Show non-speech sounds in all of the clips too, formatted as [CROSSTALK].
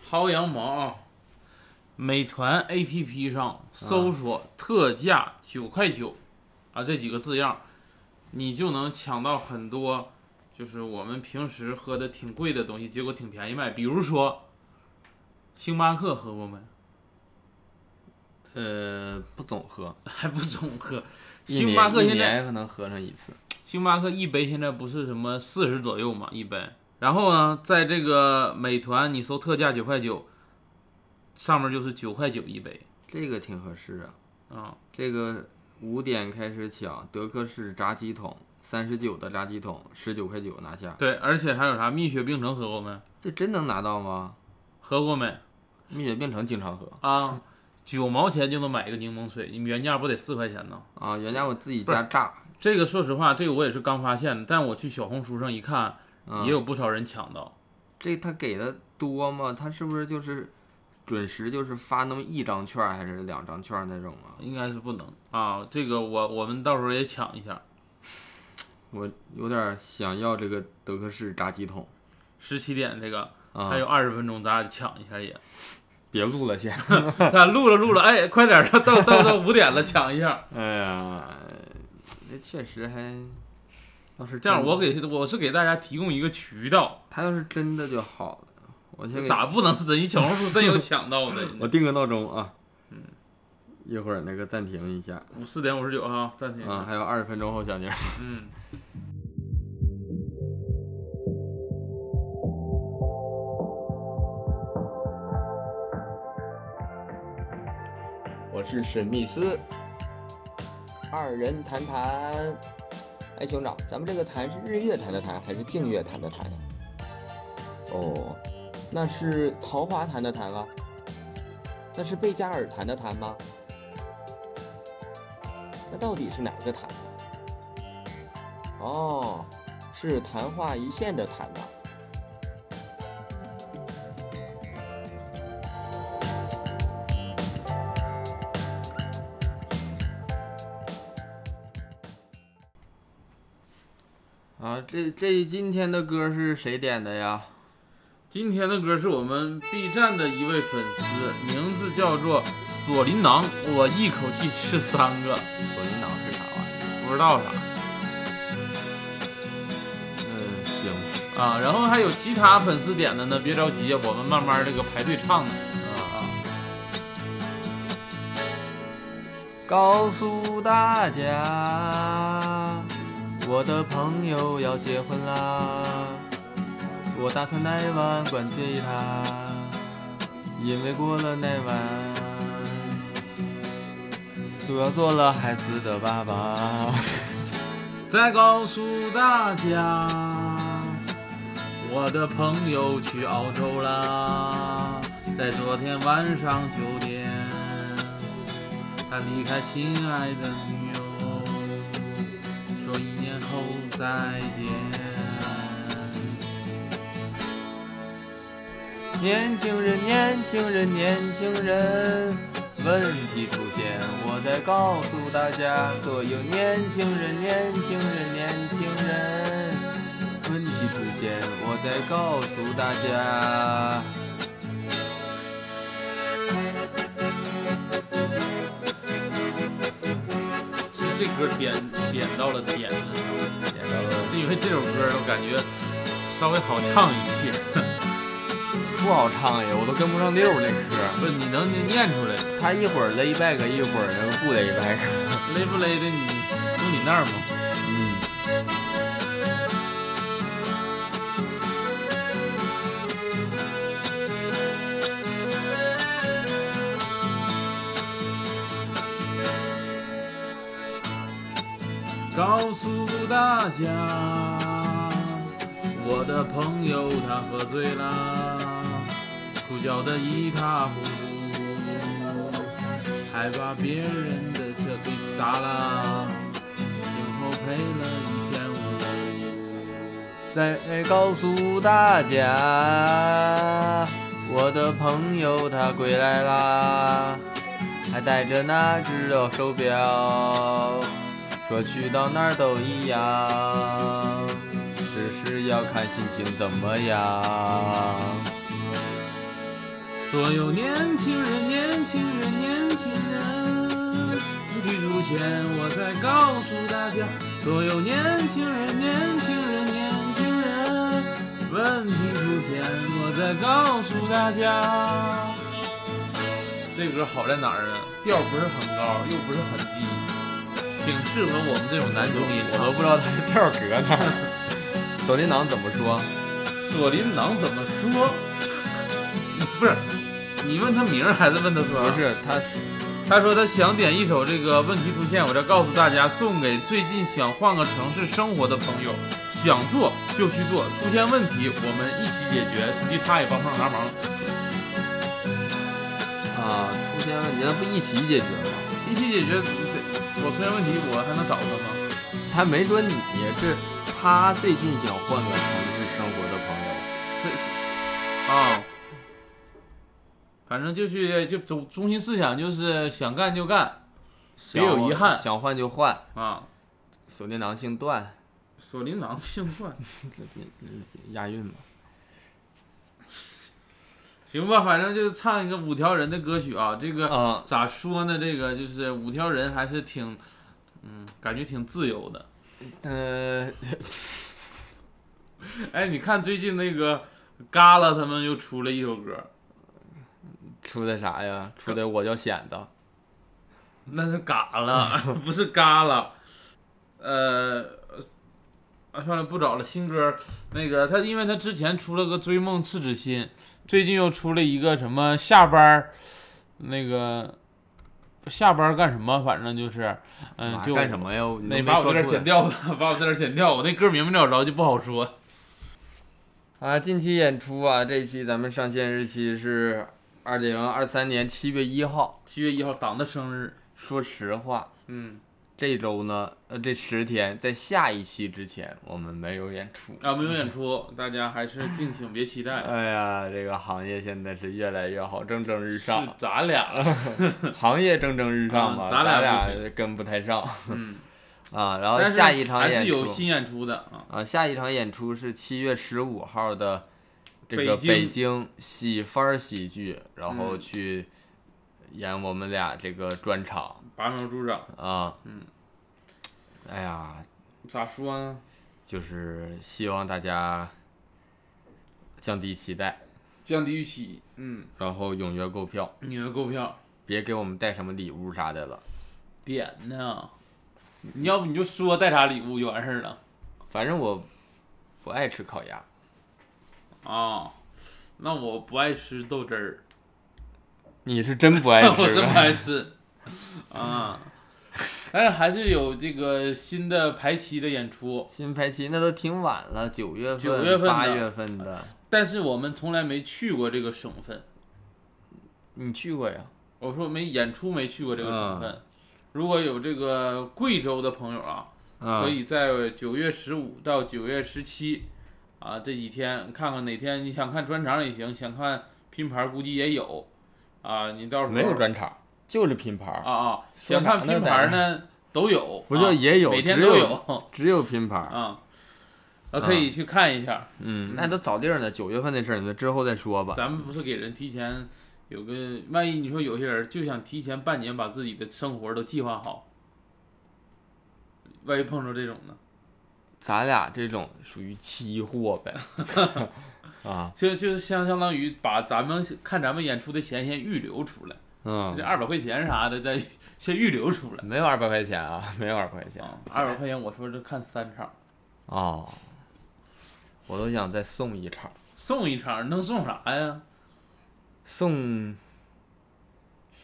薅羊毛，啊美团 APP 啊上搜索“特价九块九”啊这几个字样，你就能抢到很多，就是我们平时喝的挺贵的东西，结果挺便宜卖。比如说，星巴克喝过没？ [LAUGHS] 呃，不总喝，还不总喝。一星年巴克一现在年可能喝上一次。星巴克一杯现在不是什么四十左右嘛，一杯。然后呢，在这个美团你搜特价九块九，上面就是九块九一杯这个挺合适啊，啊、这个五点开始抢德克士炸鸡桶，三十九的炸鸡桶，十九块九拿下，对，而且还有啥蜜雪冰城喝过没？这真能拿到吗？喝过没蜜雪冰城经常喝啊？九毛钱就能买一个柠檬水，你原价不得四块钱呢？啊，原价我自己家榨，这个说实话，这个我也是刚发现的，但我去小红书上一看，嗯也有不少人抢到。这他给的多吗？他是不是就是准时就是发那么一张券儿还是两张券儿那种啊？应该是不能啊，这个我我们到时候也抢一下。我有点想要这个德克士炸鸡桶十七点这个啊，还有二十分钟，咱俩抢一下也。别录了先，咱录了录了，哎，快点儿，到到到五点了，抢一下。哎呀，这确实还要是这样，真我给我是给大家提供一个渠道，他要是真的就好了，我先给咋不能是真？你小红书真有抢到的。 [LAUGHS] 我定个闹钟啊，一会儿那个暂停一下五四点五十九哈，暂停。啊，还有二十分钟后响铃。嗯，我是史密斯，二人谈谈。哎，兄长，咱们这个谈是日月谈的谈，还是净月谈的谈呀？哦，那是桃花谈的谈啊？那是贝加尔谈的谈吗？那到底是哪个谈？哦，是昙花一现的谈吧？啊，这这今天的歌是谁点的呀？今天的歌是我们 B 站的一位粉丝，名字叫做锁麟囊，我一口气吃三个，锁麟囊是啥玩意儿？不知道啥嗯，行啊。然后还有其他粉丝点的呢，别着急，我们慢慢这个排队唱呢。啊。告诉大家，我的朋友要结婚啦，我打算那晚灌醉他，因为过了那晚，就要做了孩子的爸爸。再告诉大家，我的朋友去澳洲啦，在昨天晚上九点，他离开心爱的女友，说一年后再见。年轻人，年轻人，年轻人，问题出现，我再告诉大家，所有年轻人，年轻人，年轻人，问题出现，我再告诉大家。其实这歌点点到了点子哎上，是因为这首歌我感觉稍微好唱一些，不好唱呀，我都跟不上调儿这歌。不是你能念出来，他一会儿 lay back，一会儿又不 lay back。勒不勒的你从你那儿吗？嗯。告诉大家，我的朋友他喝醉啦，哭叫的一塌糊涂，还把别人的车给砸啦，今后赔了一千五。再告诉大家，我的朋友他归来啦，还带着那只老手表，说去到哪儿都一样，只是要看心情怎么样。所有年轻人，年轻人，年轻人，去出现，我在告诉大家，所有年轻人，年轻人，年轻人，问题出现，我在告诉大家。这歌好在哪儿呢？调不是很高，又不是很低，挺适合我们这种男中音我唱。都不知道它的调儿搁哪 [LAUGHS] 儿。锁麟囊怎么说？锁麟囊怎么说？不是，你问他名儿还是问他说？不是，它是他说他想点一首这个问题出现，我再告诉大家，送给最近想换个城市生活的朋友，想做就去做，出现问题我们一起解决，实际他也帮上啥忙，啊，出现问题，那不一起解决吗？一起解决。这我出现问题，我还能找他吗？他没说你是他最近想换个城市生活的朋友。是是啊、反正就是就中中心思想就是想干就干别有遗憾想换就换。啊。锁麟囊姓 [LAUGHS] 段，锁麟囊姓段，押韵嘛。行吧，反正就唱一个五条人的歌曲啊，这个。啊、咋说呢？这个就是五条人还是挺，嗯，感觉挺自由的。呃，哎，你看最近那个嘎啦他们又出了一首歌，出的啥呀？出的我叫显子。那是嘎啦， [LAUGHS] 不是嘎啦。呃，啊，算了，不找了。新歌那个他，因为他之前出了个《追梦赤子心》，最近又出了一个什么下班儿那个下班儿干什么？反正就是，嗯、妈就干什么呀？你都那没把我说这点出剪来掉吧，把我这点剪掉。我那歌名没找着，就不好说。啊！近期演出啊，这期咱们上线日期是二零二三年七月一号。七月一号党的生日，说实话，嗯，这周呢，呃，这十天在下一期之前我们没有演出。啊，没有演出，大家还是敬请别 [LAUGHS] 期待。嗯哎呀，这个行业现在是越来越好，蒸蒸日是上，咱 [LAUGHS] 俩了，行业蒸蒸日上嘛，啊咱咱俩不跟不太上 [LAUGHS] 嗯，啊。然后但是下一场还演是出有新演出的啊，啊，下一场演出是七月十五号的这北个京北京喜番儿喜剧，然后嗯去演我们俩这个专场拔苗助长，啊。嗯。哎呀，咋说呢？就是希望大家降低期待，降低预期，嗯，然后踊跃购票，你们购票别给我们带什么礼物啥的了。点呢？你要不你就说带啥礼物就完事儿了反正我不爱吃烤鸭，啊。那我不爱吃豆汁儿，你是真不爱 [LAUGHS] 我 [LAUGHS] 真吃不呗？爱吃啊。但是还是有这个新的排期的演出，新排期那都挺晚了，九月九份、月份八的月份的，但是我们从来没去过这个省份。你去过呀？我说没演出没去过这个嗯省份，如果有这个贵州的朋友啊，嗯可以在九月十五到九月十七啊这几天看看哪天你想看专场也行，想看拼盘估计也有啊，你到时候没有专场，就是拼盘儿，啊啊，说想看啥呢拼盘呢都有，不就啊也有每天只都有有只有拼盘儿。啊。啊，可以去看一下，嗯，那都早定了，九月份的事儿，你就之后再说吧。咱们不是给人提前有个，万一你说有些人就想提前半年把自己的生活都计划好，万一碰着这种呢？咱俩这种属于期货 [LAUGHS] 呗。啊，就就是相相当于把咱们看咱们演出的钱先预留出来，嗯这，二百块钱啥的再先预留出来没有二百块钱啊， [LAUGHS] 没有二百块钱啊。二百块钱，我说这看三场，哦，我都想再送一场，送一场能送啥呀？送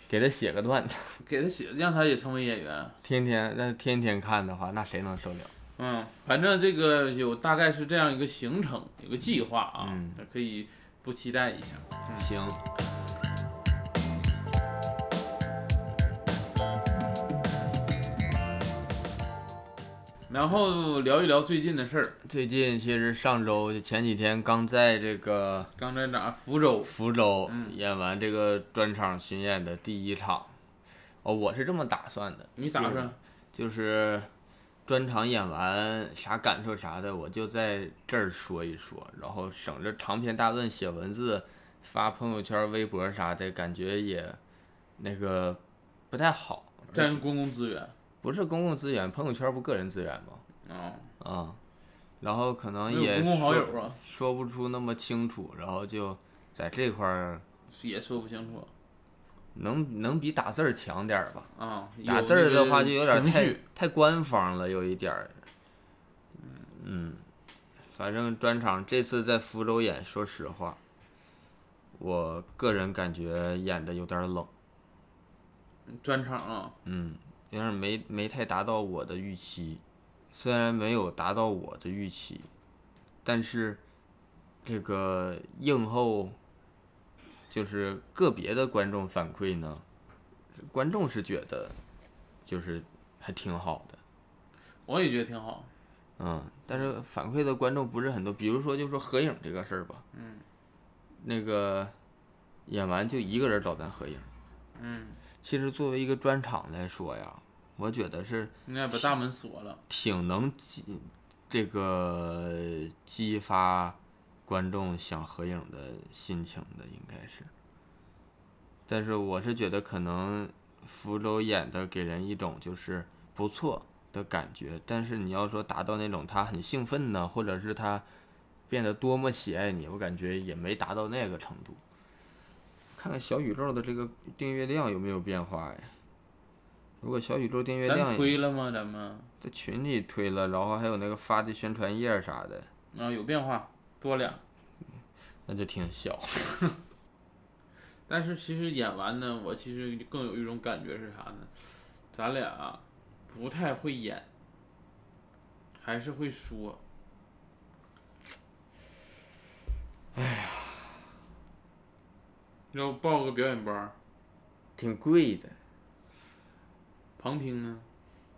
给他写个段子，给他写，让他也成为演员。天天那天天看的话，那谁能受了？嗯，反正这个有大概是这样一个行程，有个计划啊，嗯可以不期待一下。行，然后聊一聊最近的事儿，最近其实上周就前几天刚在这个。刚才哪儿福州福州嗯演完这个专场巡演的第一场，哦，我是这么打算的，你打就是算？就是专场演完啥感受啥的，我就在这儿说一说，然后省着长篇大论写文字，发朋友圈、微博啥的，感觉也那个不太好。占用公共资源啊不是公共资源，朋友圈不个人资源吗？，哦啊、然后可能没有也公共好说友啊，说不出那么清楚，然后就在这块儿也说不清楚能能比打字儿强点儿吧。啊。有打字儿的话就有那个点儿情太绪太官方了，有一点儿。嗯，反正专场这次在福州演，说实话，我个人感觉演的有点儿冷，专场啊，嗯，有点儿没没太达到我的预期。虽然没有达到我的预期，但是这个映后就是个别的观众反馈呢，观众是觉得就是还挺好的。我也觉得挺好。嗯，但是反馈的观众不是很多，比如说就说合影这个事儿吧，嗯，那个演完就一个人找咱合影，嗯，其实作为一个专场来说呀，我觉得是应该把大门锁了。挺能激这个激发观众想合影的心情的，应该是。但是我是觉得可能福州演的给人一种就是不错的感觉，但是你要说达到那种他很兴奋呢，或者是他变得多么喜爱你，我感觉也没达到那个程度。看看小宇宙的这个订阅量有没有变化呀？如果小宇宙订阅量咱推了吗？咱们在群里推了，然后还有那个发的宣传页啥的，啊有变化，多俩。那就挺小。但是其实演完呢，我其实更有一种感觉是啥呢？咱俩啊不太会演，还是会说。哎呀，要报个表演班儿，挺贵的，旁听呢？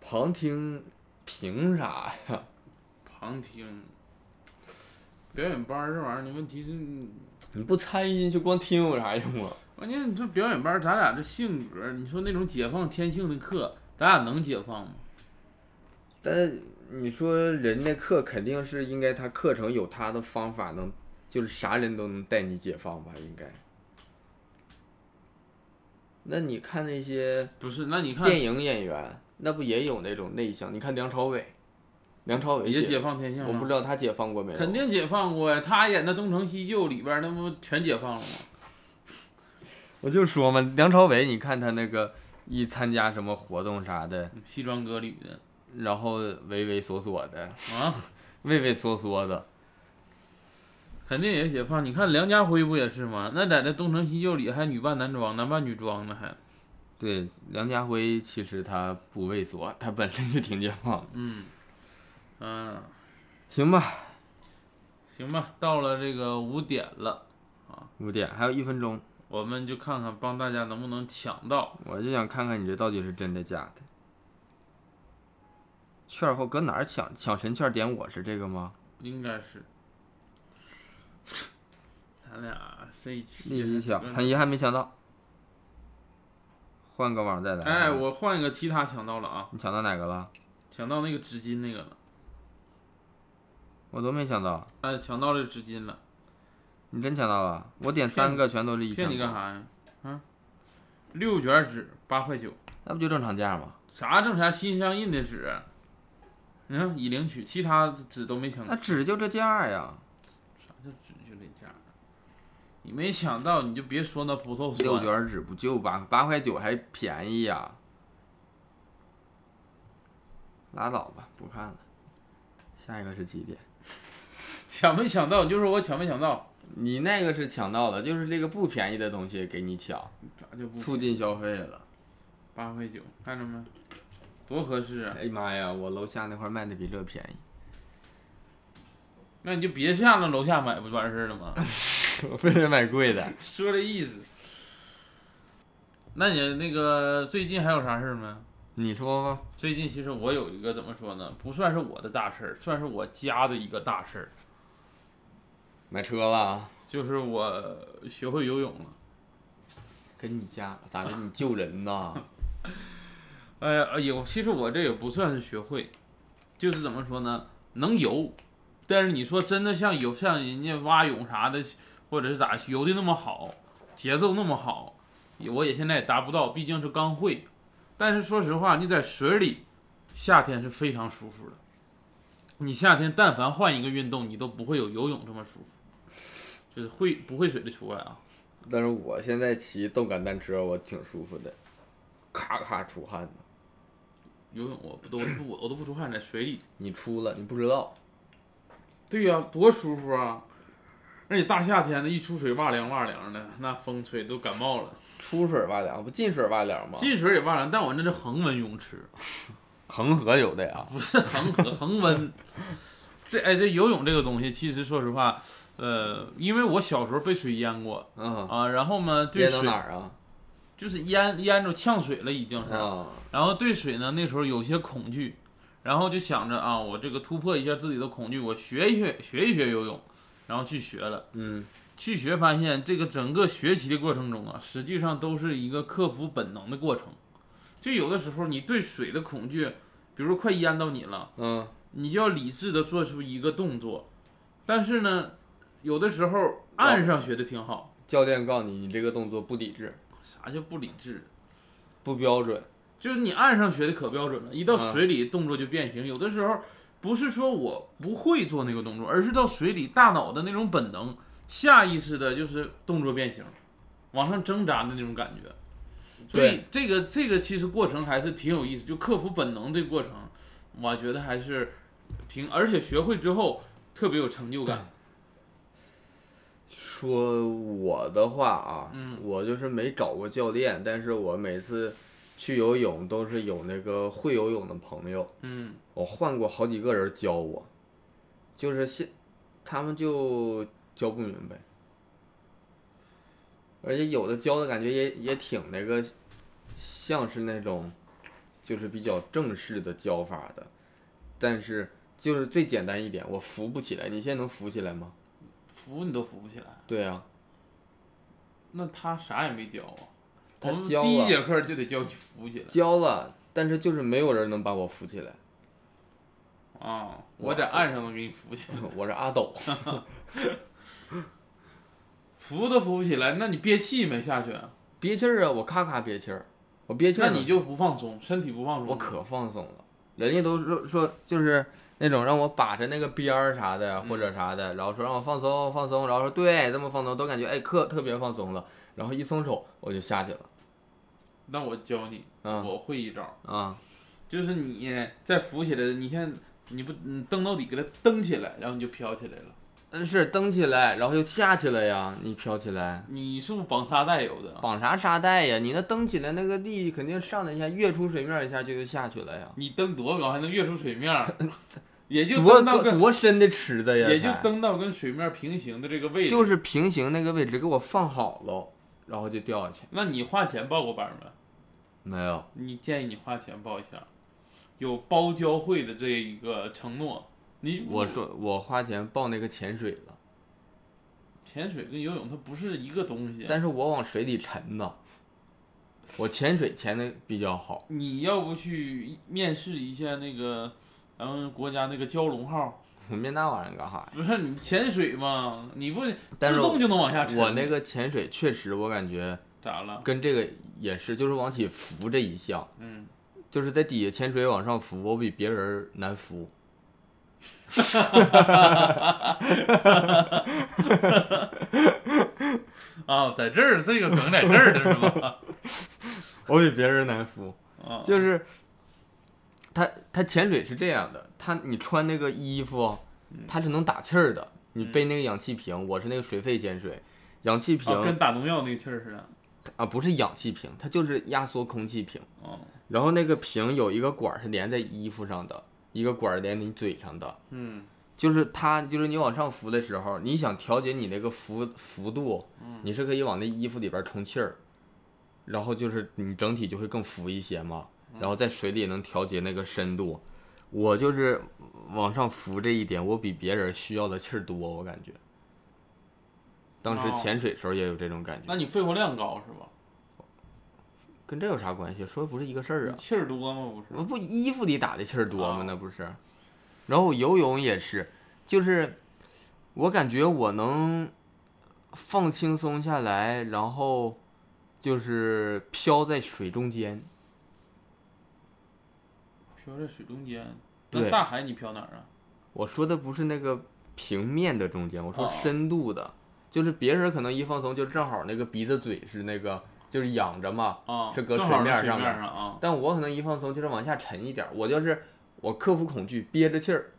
旁听凭啥呀？旁听，表演班儿这玩意儿，你问题是你，你不参与进去，光听有啥用啊？关键你说表演班儿，咱俩这性格儿，你说那种解放天性的课，咱俩能解放吗？但你说人家课肯定是应该，他课程有他的方法能，就是啥人都能带你解放吧？应该。那你看那些不是，那你看电影演员，那不也有那种内向？你看梁朝伟，梁朝伟也解放天性我吗不知道他解放过没有。肯定解放过呀，他演的《东成西就》里边儿那不全解放了吗？我就说嘛，梁朝伟，你看他那个一参加什么活动啥的，西装革履的然后畏畏缩缩的，啊，畏畏缩缩的，肯定也解放。你看梁家辉不也是吗？那在这《东成西就》里还女扮男装，男扮女装呢还。对，梁家辉其实他不畏缩， [LAUGHS] 他本身就挺解放。嗯，嗯、行吧，行吧，到了这个五点了，五点还有一分钟，我们就看看帮大家能不能抢到。我就想看看你这到底是真的假的。券儿后搁哪儿抢？抢神券点我是这个吗？应该是，咱俩这一期立即抢，嗯很遗憾没抢到。换个网再来。啊哎，我换一个其他抢到了啊，你抢到哪个了？抢到那个纸巾那个了，我都没抢到。哎，抢到这纸巾了。你真抢到了？我点三个全都是一千骗你干？啥呀？啊，六卷纸八块九，那不就正常价吗？啥正啥心相印的纸？啊你看已领取，其他纸都没抢那到。纸就这价呀，啥叫纸就这价？你没抢到，你就别说那葡萄六酸。卷纸不就八八块九还便宜呀？拉倒吧，不看了。下一个是几点？抢没抢到？你就说我抢没抢到，你那个是抢到了，就是这个不便宜的东西给你抢，咋就不促进消费了。八块九？看着没？多合适啊！哎呀妈呀，我楼下那块卖的比这便宜， [LAUGHS] 那你就别下了，楼下买不就完事儿了吗？ [LAUGHS] 我非得买贵的。说这意思。那你那个最近还有啥事儿没？你说吧，最近其实我有一个怎么说呢，不算是我的大事儿，算是我家的一个大事儿，买车了？啊就是我学会游泳了。跟你家咋的？你救人呐？哎呀，哎呦，其实我这也不算是学会，就是怎么说呢，能游，但是你说真的像有像人家蛙泳啥的或者是咋游的那么好，节奏那么好，也我也现在也达不到，毕竟是刚会。但是说实话，你在水里，夏天是非常舒服的。你夏天但凡换一个运动，你都不会有游泳这么舒服，就是会不会水的除外啊。但是我现在骑动感单车，我挺舒服的，咔咔出汗呢。游泳我不都不我都不出汗，在水里。你出了，你不知道，对呀、多舒服啊！而且大夏天的，一出水哇凉哇凉的，那风吹都感冒了。出水哇凉，不进水哇凉吗？进水也哇凉，但我那是恒温泳池，恒河有的呀，不是恒 [LAUGHS] 河恒温。这哎，这游泳这个东西，其实说实话，呃，因为我小时候被水淹过嗯，啊，然后嘛，对淹到水哪儿啊？就是淹淹着呛水了，已经是。啊，然后对水呢，那时候有些恐惧，然后就想着啊，我这个突破一下自己的恐惧，我学一学学一学游泳，然后去学了。嗯，去学发现，这个整个学习的过程中啊，实际上都是一个克服本能的过程。就有的时候，你对水的恐惧，比如说快淹到你了，嗯，你就要理智的做出一个动作。但是呢，有的时候岸上学的挺好，教练告你，你这个动作不理智，啥叫不理智？不标准。就是你岸上学的可标准了，一到嗯水里动作就变形。有的时候不是说我不会做那个动作，而是到水里大脑的那种本能，下意识的就是动作变形，往上挣扎的那种感觉。所以对这个这个其实过程还是挺有意思，就克服本能这个过程，我觉得还是挺，而且学会之后特别有成就 [LAUGHS] 感。说我的话啊，嗯我就是没找过教练，但是我每次去游泳都是有那个会游泳的朋友，嗯我换过好几个人教我，就是现他们就教不明白，而且有的教的感觉也也挺那个，像是那种就是比较正式的教法的，但是就是最简单一点，我浮不起来。你现在能浮起来吗？扶你都扶不起来，对啊，那他啥也没教啊。他我们教第一了节课就得教你扶起来。教了，但是就是没有人能把我扶起来。 [LAUGHS] 啊，我在岸上能给你扶起来，我是阿斗，扶都扶不起来，那你憋气没下去，憋气儿啊，我咔咔憋气儿，我憋气儿那呢。你就不放松，身体不放松。我可放松了，人家都说说就是那种让我把着那个边儿啥的嗯或者啥的，然后说让我放松放松，然后说对这么放松，都感觉哎特特别放松了，然后一松手我就下去了，那我教你，啊我会一招，啊就是你再扶起来，你先你不你蹬到底给它蹬起来，然后你就飘起来了。但是蹬起来，然后又下去了呀，你飘起来。你是不是绑沙袋有的啊？绑啥沙袋呀？你那蹬起来那个力肯定上来一下，跃出水面一下就就下去了呀。你蹬多高还能跃出水面 [LAUGHS] 儿？也就多蹬到多跟多深的池子呀！也就才蹬到跟水面平行的这个位置。就是平行那个位置给我放好了，然后就掉下去。那你花钱报过班没？没有，你建议你花钱报一下，有包教会的这一个承诺。你我说我花钱报那个潜水了。潜水跟游泳它不是一个东西。但是我往水里沉呐，我潜水潜的比较好。你要不去面试一下那个咱们国家那个蛟龙号？我面那玩意儿干啥不是你潜水嘛，你不但自是我动就能往下呀？沉？我那个潜水确实，我感觉咋了？跟这个也是，就是往起浮这一项，嗯，就是在底下潜水往上浮，我比别人儿难浮。啊，在这儿这个梗在这儿的是吧？ [LAUGHS] 哦我比别人难浮，啊，就是他他潜水是这样的，他你穿那个衣服，嗯它是能打气儿的，你背那个氧气瓶，我是那个水肺潜水，氧气瓶啊跟打农药那个气儿似的。啊不是氧气瓶，它就是压缩空气瓶。哦，然后那个瓶有一个管儿是连在衣服上的，一个管儿连你嘴上的，嗯，就是它就是你往上浮的时候，你想调节你那个浮幅度，嗯你是可以往那衣服里边儿充气儿，然后就是你整体就会更浮一些嘛，嗯然后在水里能调节那个深度。我就是往上浮这一点，我比别人需要的气儿多，我感觉。当哦时潜水时候也有这种感觉，那你肺活量高是吧？跟这有啥关系？说不是一个事儿啊你。气儿多吗？不是。我不衣服里打的气儿多啊吗？那不是。然后我游泳也是，就是我感觉我能放轻松下来，然后就是飘在水中间。飘在水中间。对那大海你飘哪儿啊？我说的不是那个平面的中间，我说哦深度的，就是别人可能一放松就正好那个鼻子嘴是那个就是仰着嘛，啊，是正搁好水是面水上面面上啊。但我可能一放松就是往下沉一点儿，我就是我克服恐惧，憋着气儿，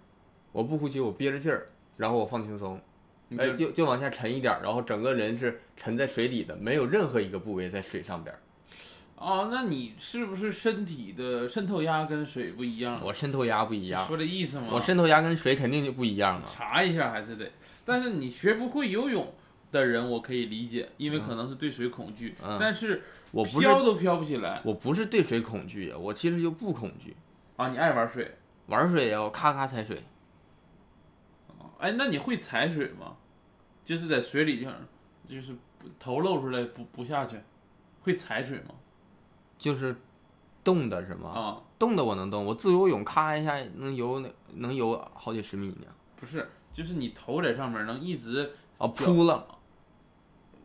我不呼吸，我憋着气儿，然后我放轻松，你哎，这就就往下沉一点儿，然后整个人是沉在水里的，没有任何一个部位在水上边儿。哦，那你是不是身体的渗透压跟水不一样？啊我渗透压不一样，说啊这意思吗？我渗透压跟水肯定就不一样了。查一下还是得，但是你学不会游泳的人，我可以理解，因为可能是对水恐惧，嗯但是我不是飘都飘不起来我不是对水恐惧呀，我其实就不恐惧，啊！你爱玩水，玩水呀，我咔咔踩水，哎，那你会踩水吗？就是在水里就是就是头露出来不不下去，会踩水吗？就是动的是吗？啊，动的我能动，我自由泳咔一下能游那能游好几十米呢。不是，就是你头在上面能一直脚啊，扑棱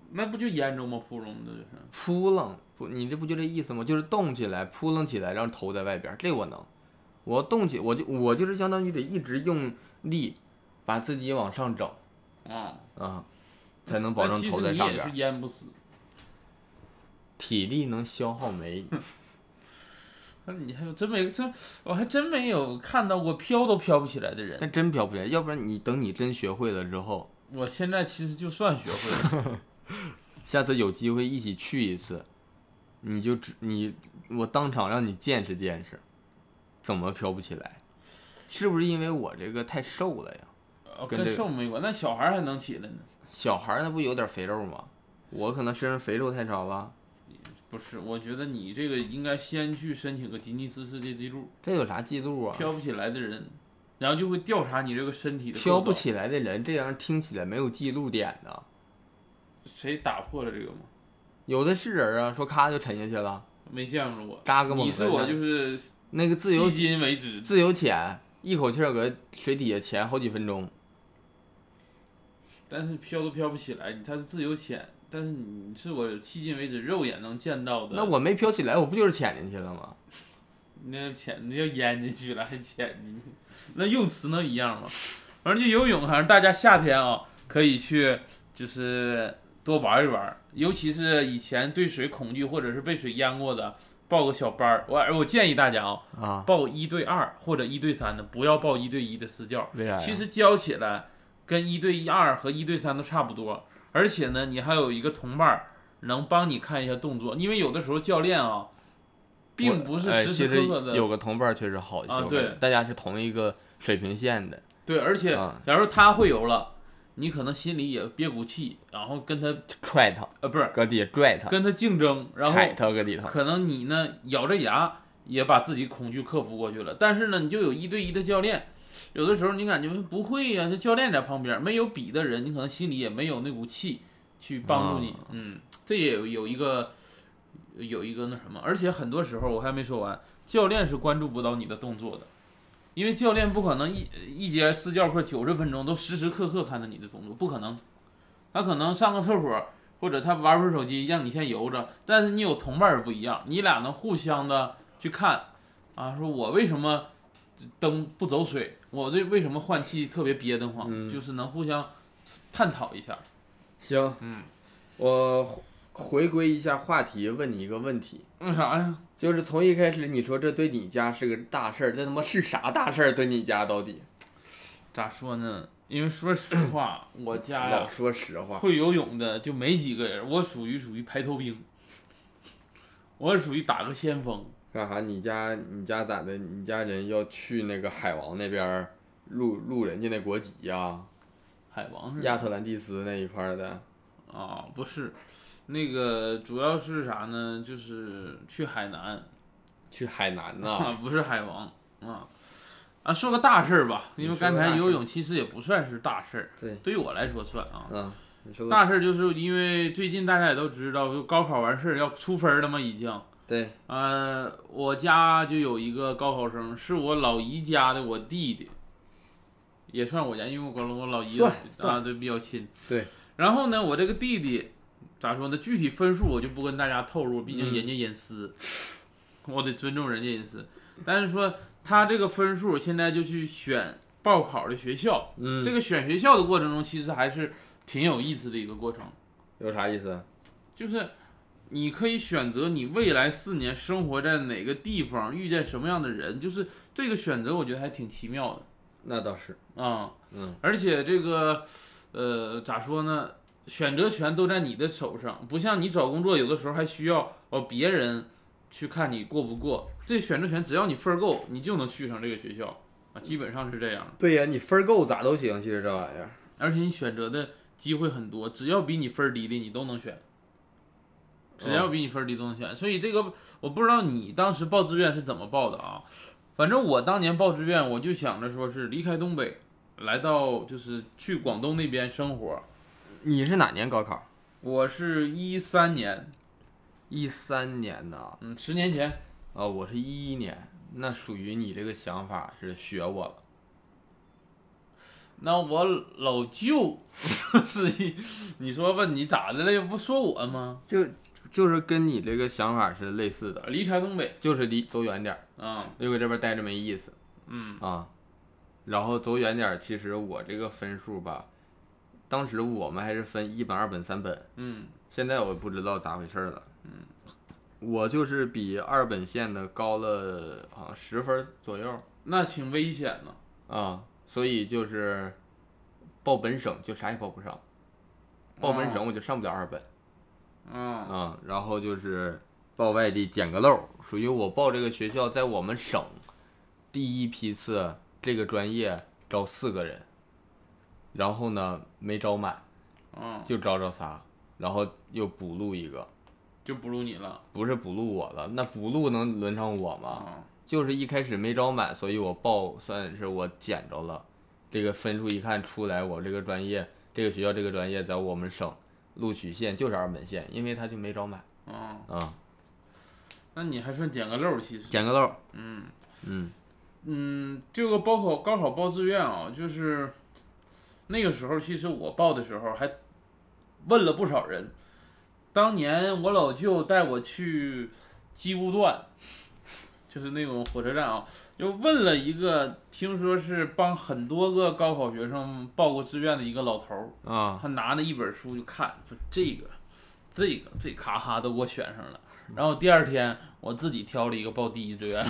那不就淹着吗？扑棱的就是。扑棱，不，你这不就这意思吗？就是动起来，扑棱起来，然后头在外边儿，这我能。我动起，我就我就是相当于得一直用力，把自己往上整啊，啊，才能保证头在那上其边实你也儿。是淹不死，体力能消耗没？那你还有真没真，我还真没有看到过飘都飘不起来的人。 [LAUGHS] 但真飘不起来，要不然你等你真学会了之后，我现在其实就算学会了，下次有机会一起去一次，你就只你我当场让你见识见识，怎么飘不起来？是不是因为我这个太瘦了呀？呃跟跟这个瘦没关，那小孩还能起来呢。小孩儿那不有点肥肉吗？我可能身上肥肉太少了，不是，我觉得你这个应该先去申请个吉尼斯世界纪录，这有啥记录啊？飘不起来的人，然后就会调查你这个身体的飘构不造，起来的人，这样听起来没有记录点的，谁打破了这个吗？有的是人啊，说咔就沉下去了，没见着过，扎个猛你子是呢。我就是那个自迄由今为止自由潜，一口气儿搁水底下潜好几分钟，但是飘都飘不起来，你它是自由潜，但是你是我迄今为止肉眼能见到的。那我没飘起来，我不就是潜进去了吗？那潜那要淹进去了，还潜进去，那用词能一样吗？反正就游泳，反正大家夏天啊、可以去就是多玩一玩，尤其是以前对水恐惧或者是被水淹过的，报个小班儿。我我建议大家啊、啊，报一对二或者一对三的，不要报一对一的私教。为啥哎呀？其实教起来跟一对一二和一对三都差不多，而且呢，你还有一个同伴儿能帮你看一下动作，因为有的时候教练啊，并不是哎时时其实刻刻的、有个同伴儿确实好一些，啊我感觉对大家是同一个水平线的，对，而且啊假如他会游了，你可能心里也憋股气，然后跟他踹他，呃不是搁底下拽他，跟他竞争，然后踩他，搁底下。可能你呢咬着牙也把自己恐惧克服过去了，但是呢，你就有一对一的教练，有的时候你感觉不会呀、这教练在旁边，没有比的人，你可能心里也没有那股气去帮助你，嗯，这也有有一个有一个那什么，而且很多时候我还没说完，教练是关注不到你的动作的。因为教练不可能一一节私教课九十分钟都时时刻刻看着你的动作，不可能。他可能上个厕所，或者他玩会儿手机，让你先游着。但是你有同伴儿不一样，你俩能互相的去看啊，说我为什么蹬不走水，我这为什么换气特别憋得慌，嗯就是能互相探讨一下。行，嗯，我回回归一下话题，问你一个问题，为啥哎呀？就是从一开始你说这对你家是个大事儿，这他妈是啥大事儿？对你家到底？咋说呢？因为说实 [CLEARS THROAT] 话，我家呀老说实话，会游泳的就没几个人，我属于属于排头兵，我属于打个先锋。干啥？你家你家咋的？你家人要去那个海王那边儿录录人家那国籍呀、海王是吧亚特兰蒂斯那一块儿的？啊，不是，那个主要是啥呢？就是去海南去海南呐、啊，不是海王啊啊，说个大事儿吧，你因为说刚个大才事游儿泳其实也不算是大事儿，对，对于我来说算啊。嗯，你说大事儿就是因为最近大家也都知道，就高考完事儿要出分儿了嘛，已经。对，呃，我家就有一个高考生，是我老姨家的我弟弟，也算我家，因为我跟我老姨算啊对比较亲。对。然后呢，我这个弟弟咋说呢？具体分数我就不跟大家透露，毕竟嗯人家隐私，我得尊重人家隐私。但是说他这个分数现在就去选报考的学校，嗯这个选学校的过程中其实还是挺有意思的一个过程，有啥意思？就是。你可以选择你未来四年生活在哪个地方，遇见什么样的人，就是这个选择，我觉得还挺奇妙的。那倒是，啊，嗯，而且这个，呃，咋说呢？选择权都在你的手上，不像你找工作，有的时候还需要哦别人去看你过不过。这选择权只要你分儿够，你就能去上这个学校啊，基本上是这样。对呀，你分儿够咋都行，其实这玩意儿。而且你选择的机会很多，只要比你分儿低的你都能选，只要比你分儿低都能选。所以这个我不知道你当时报志愿是怎么报的啊？反正我当年报志愿，我就想着说是离开东北，来到就是去广东那边生活。你是哪年高考？我是一三年，一三年呐，嗯，十年前，啊，我是一一年，那属于你这个想法是学我了。那我老舅 [LAUGHS] 是一，你说吧，你咋的了？又不说我吗？就就是跟你这个想法是类似的，离开东北就是离走远点儿，啊，因为这边待着没意思嗯啊。然后走远点儿，其实我这个分数吧，当时我们还是分一本、二本、三本，嗯现在我不知道咋回事儿了。嗯，我就是比二本线的高了好像十分儿左右那挺危险呢。啊，所以就是报本省就啥也报不上，报本省我就上不了二本。嗯嗯，然后就是报外地捡个漏儿，属于我报这个学校在我们省第一批次这个专业招四个人，然后呢没招满，嗯，就招着仨，然后又补录一个，就不如你了不是补录我了，那补录能轮上我吗？啊。就是一开始没招满，所以我报算是我捡着了，这个分数一看出来，我这个专业这个学校这个专业在我们省录取线就是二本线，因为他就没招满嗯，啊。嗯那你还算捡个漏儿，其实。捡个漏。嗯嗯嗯，这个包考高考报志愿啊，就是那个时候，其实我报的时候还问了不少人。当年我老舅带我去机务段，就是那种火车站啊，就问了一个听说是帮很多个高考学生报过志愿的一个老头儿，啊，他拿着一本书就看，说这个，这个，这咔哈都给我选上了。嗯然后第二天我自己挑了一个报第一志愿，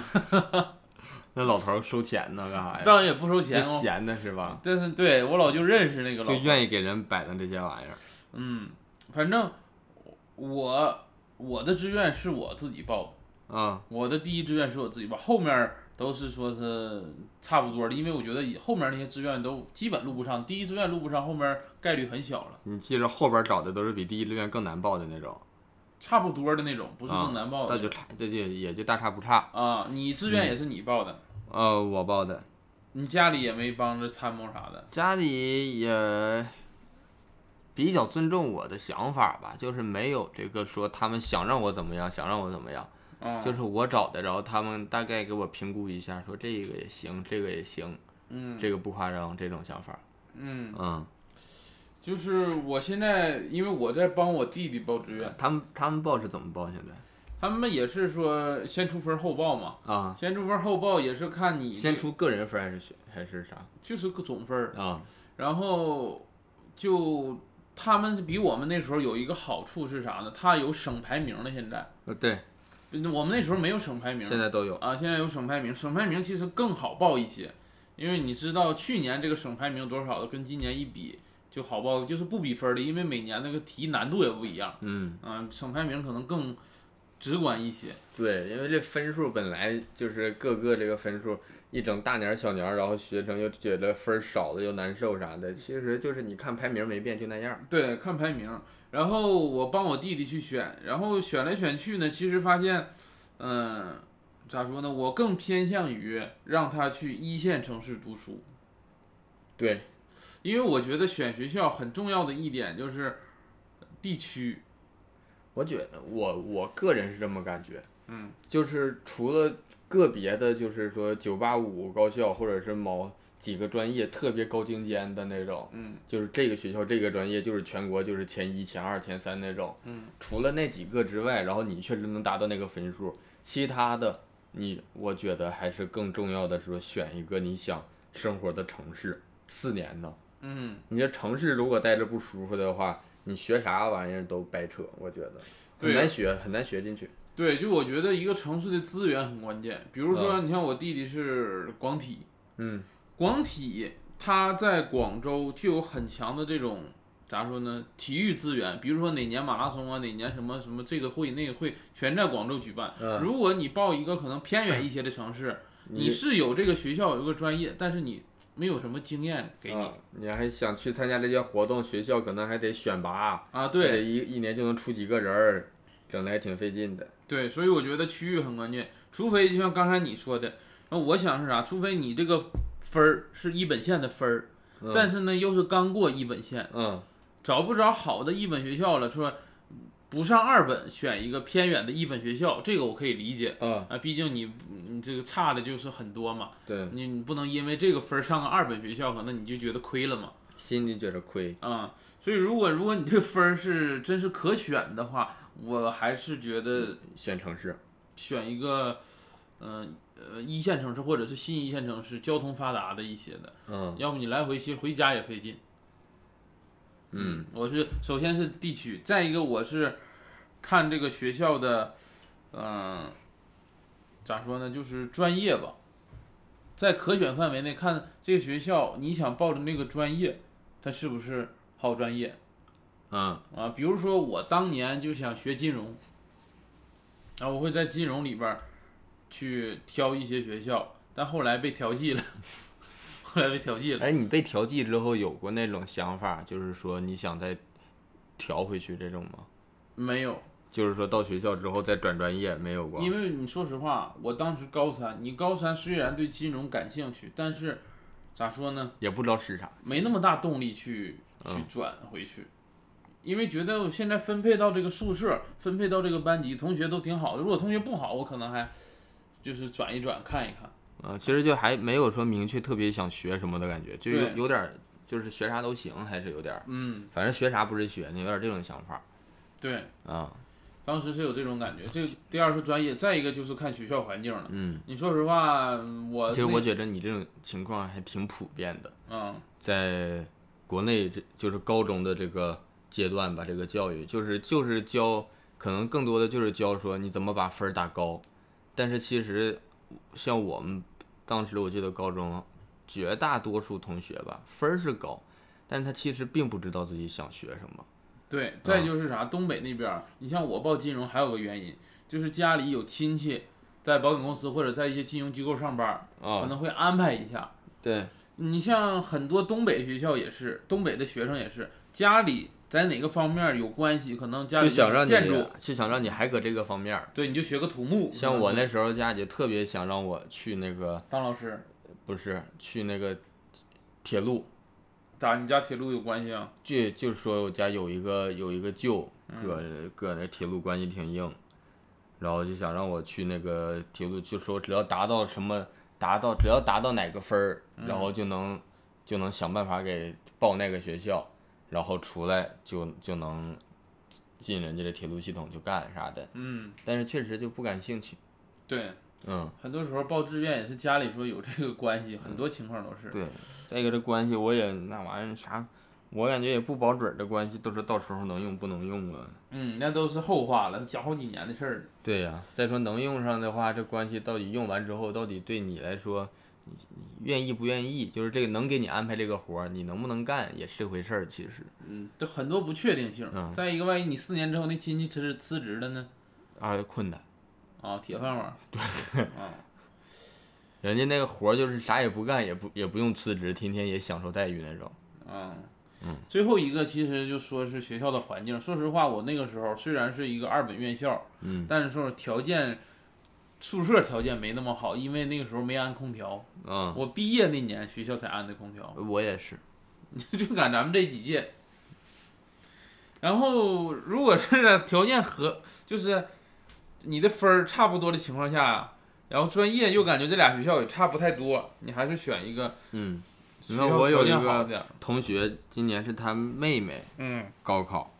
那老头儿收钱呢，干啥呀？当然也不收哎就钱哦。闲的是吧？但是对我老舅认识那个老就头，愿意给人摆弄这些玩意儿。嗯，反正我我的志愿是我自己报的，啊我的第一志愿是我自己报，后面都是说是差不多的，因为我觉得以后面那些志愿都基本录不上，第一志愿录不上，后面概率很小了，你记着，后边找的都是比第一志愿更难报的那种，啊差不多的那种，不是更难报那的就差，这就也就大差不差。啊你志愿也是你报的。呃，我报的，你家里也没帮着参谋啥的，家里也比较尊重我的想法吧，就是没有这个说他们想让我怎么样，想让我怎么样，啊、就是我找的，然后他们大概给我评估一下，说这个也行，这个也行，嗯这个不夸张，这种想法。嗯，嗯。就是我现在因为我在帮我弟弟报志愿，他们他们报是怎么报？现在他们也是说先出分后报嘛，啊，先出分后报也是看你先出个人分还是学还是啥就是个总分儿，啊？然后就他们比我们那时候有一个好处是啥呢？他有省排名了，现在呃，对，我们那时候没有省排名，现在都有。啊，现在有省排名，省排名其实更好报一些，因为你知道去年这个省排名多少的，跟今年一比就好报，就是不比分儿的，因为每年那个题难度也不一样，嗯，啊，省排名可能更直观一些，对，因为这分数本来就是各个这个分数一整大年儿小年儿，然后学生又觉得分儿少了又难受啥的，其实就是你看排名没变就那样儿。对，看排名。然后我帮我弟弟去选，然后选来选去呢，其实发现，嗯、咋说呢，我更偏向于让他去一线城市读书，对，因为我觉得选学校很重要的一点就是地区，我觉得我我个人是这么感觉，嗯，就是除了个别的，就是说九八五高校或者是某几个专业特别高精尖的那种，嗯就是这个学校这个专业就是全国就是前一、前二、前三那种。嗯除了那几个之外，然后你确实能达到那个分数，其他的你我觉得还是更重要的是说选一个你想生活的城市，四年呢，嗯，你这城市如果待着不舒服的话，你学啥玩意儿都白扯，我觉得对很难学，很难学进去。对，就我觉得一个城市的资源很关键。比如说，你像我弟弟是广体，嗯广体他在广州就有很强的这种咋说呢，体育资源，比如说哪年马拉松啊，哪年什么什么这个会那个会，全在广州举办。嗯如果你报一个可能偏远一些的城市，你是有这个学校有一个专业，但是你没有什么经验给你啊，你还想去参加这些活动，学校可能还得选拔，啊，还得对一一年就能出几个人儿，整的还挺费劲的。对，所以我觉得区域很关键，除非就像刚才你说的，那我想是啥？除非你这个分儿是一本线的分儿，嗯、但是呢又是刚过一本线，嗯，找不着好的一本学校了，说不上二本，选一个偏远的一本学校，这个我可以理解嗯，啊，毕竟你你这个差的就是很多嘛，对，你你不能因为这个分儿上个二本学校，可能你就觉得亏了嘛，心里觉着亏。啊、所以如果如果你这个分儿是真是可选的话，我还是觉得选城市，选一个，嗯呃一线城市或者是新一线城市，交通发达的一些的，嗯要不你来回其实回家也费劲。嗯，我是首先是地区，再一个我是看这个学校的，嗯、咋说呢，就是专业吧，在可选范围内看这个学校，你想报的那个专业，它是不是好专业啊，啊？比如说我当年就想学金融，啊，我会在金融里边儿去挑一些学校，但后来被调剂了， [LAUGHS] 后来被调剂了。哎，你被调剂之后有过那种想法，就是说你想再调回去这种吗？没有，就是说到学校之后再转专业没有过？因为你说实话，我当时高三，你高三虽然对金融感兴趣，但是咋说呢，也不知道是啥。没那么大动力去去转回去，因为觉得我现在分配到这个宿舍，分配到这个班级，同学都挺好的。如果同学不好，我可能还就是转一转看一看。啊，其实就还没有说明确特别想学什么的感觉，就有对有点儿就是学啥都行，还是有点儿，嗯，反正学啥不是学，你有点儿这种想法对，啊。当时是有这种感觉。这第二是专业，再一个就是看学校环境了。嗯，你说实话，嗯我其实那我觉得你这种情况还挺普遍的，嗯在国内这就是高中的这个阶段吧，这个教育就是就是教，可能更多的就是教说你怎么把分儿打高，但是其实像我们当时我记得高中绝大多数同学吧，分儿是高，但他其实并不知道自己想学什么。对，再嗯就是啥，东北那边儿，你像我报金融还有个原因，就是家里有亲戚在保险公司或者在一些金融机构上班儿，可啊，能会安排一下。对，你像很多东北学校也是，东北的学生也是，家里在哪个方面儿有关系，可能家就里想让你建筑，，就想让你还搁这个方面儿。对，你就学个土木。像可我能那是时候家里就特别想让我去那个，当老师，不是去那个铁路，咋你家铁路有关系啊？就就是说我家有一个有一个舅，搁搁那铁路关系挺硬，然后就想让我去那个铁路，就说只要达到什么达到只要达到哪个分儿，然后就能就能想办法给报那个学校，然后出来就就能进人家的铁路系统去干啥的，嗯，但是确实就不感兴趣，对，嗯。很多时候报志愿也是家里说有这个关系，很多情况都是。对，再一个这关系我也那玩意儿啥，我感觉也不保准儿，这关系都是到时候能用不能用啊。嗯，那都是后话了，讲好几年的事儿了。对呀、再说能用上的话，这关系到底用完之后，到底对你来说，你你愿意不愿意，就是这个能给你安排这个活儿，你能不能干也是回事儿。其实嗯，这很多不确定性。嗯再一个，万一你四年之后那亲戚辞辞职了呢？啊，困难，啊，铁饭碗。对。啊，人家那个活儿就是啥也不干，也不也不用辞职，天天也享受待遇那种。嗯，最后一个其实就说是学校的环境。说实话，我那个时候虽然是一个二本院校，嗯但是说条件，宿舍条件没那么好，因为那个时候没安空调。啊、我毕业那年学校才安的空调，我也是， [LAUGHS] 就赶咱们这几届。然后，如果是条件和就是你的分儿差不多的情况下，然后专业又感觉这俩学校也差不太多，你还是选一个嗯，学你看校我条有一件好一个点儿。同学，今年是他妹妹嗯高考，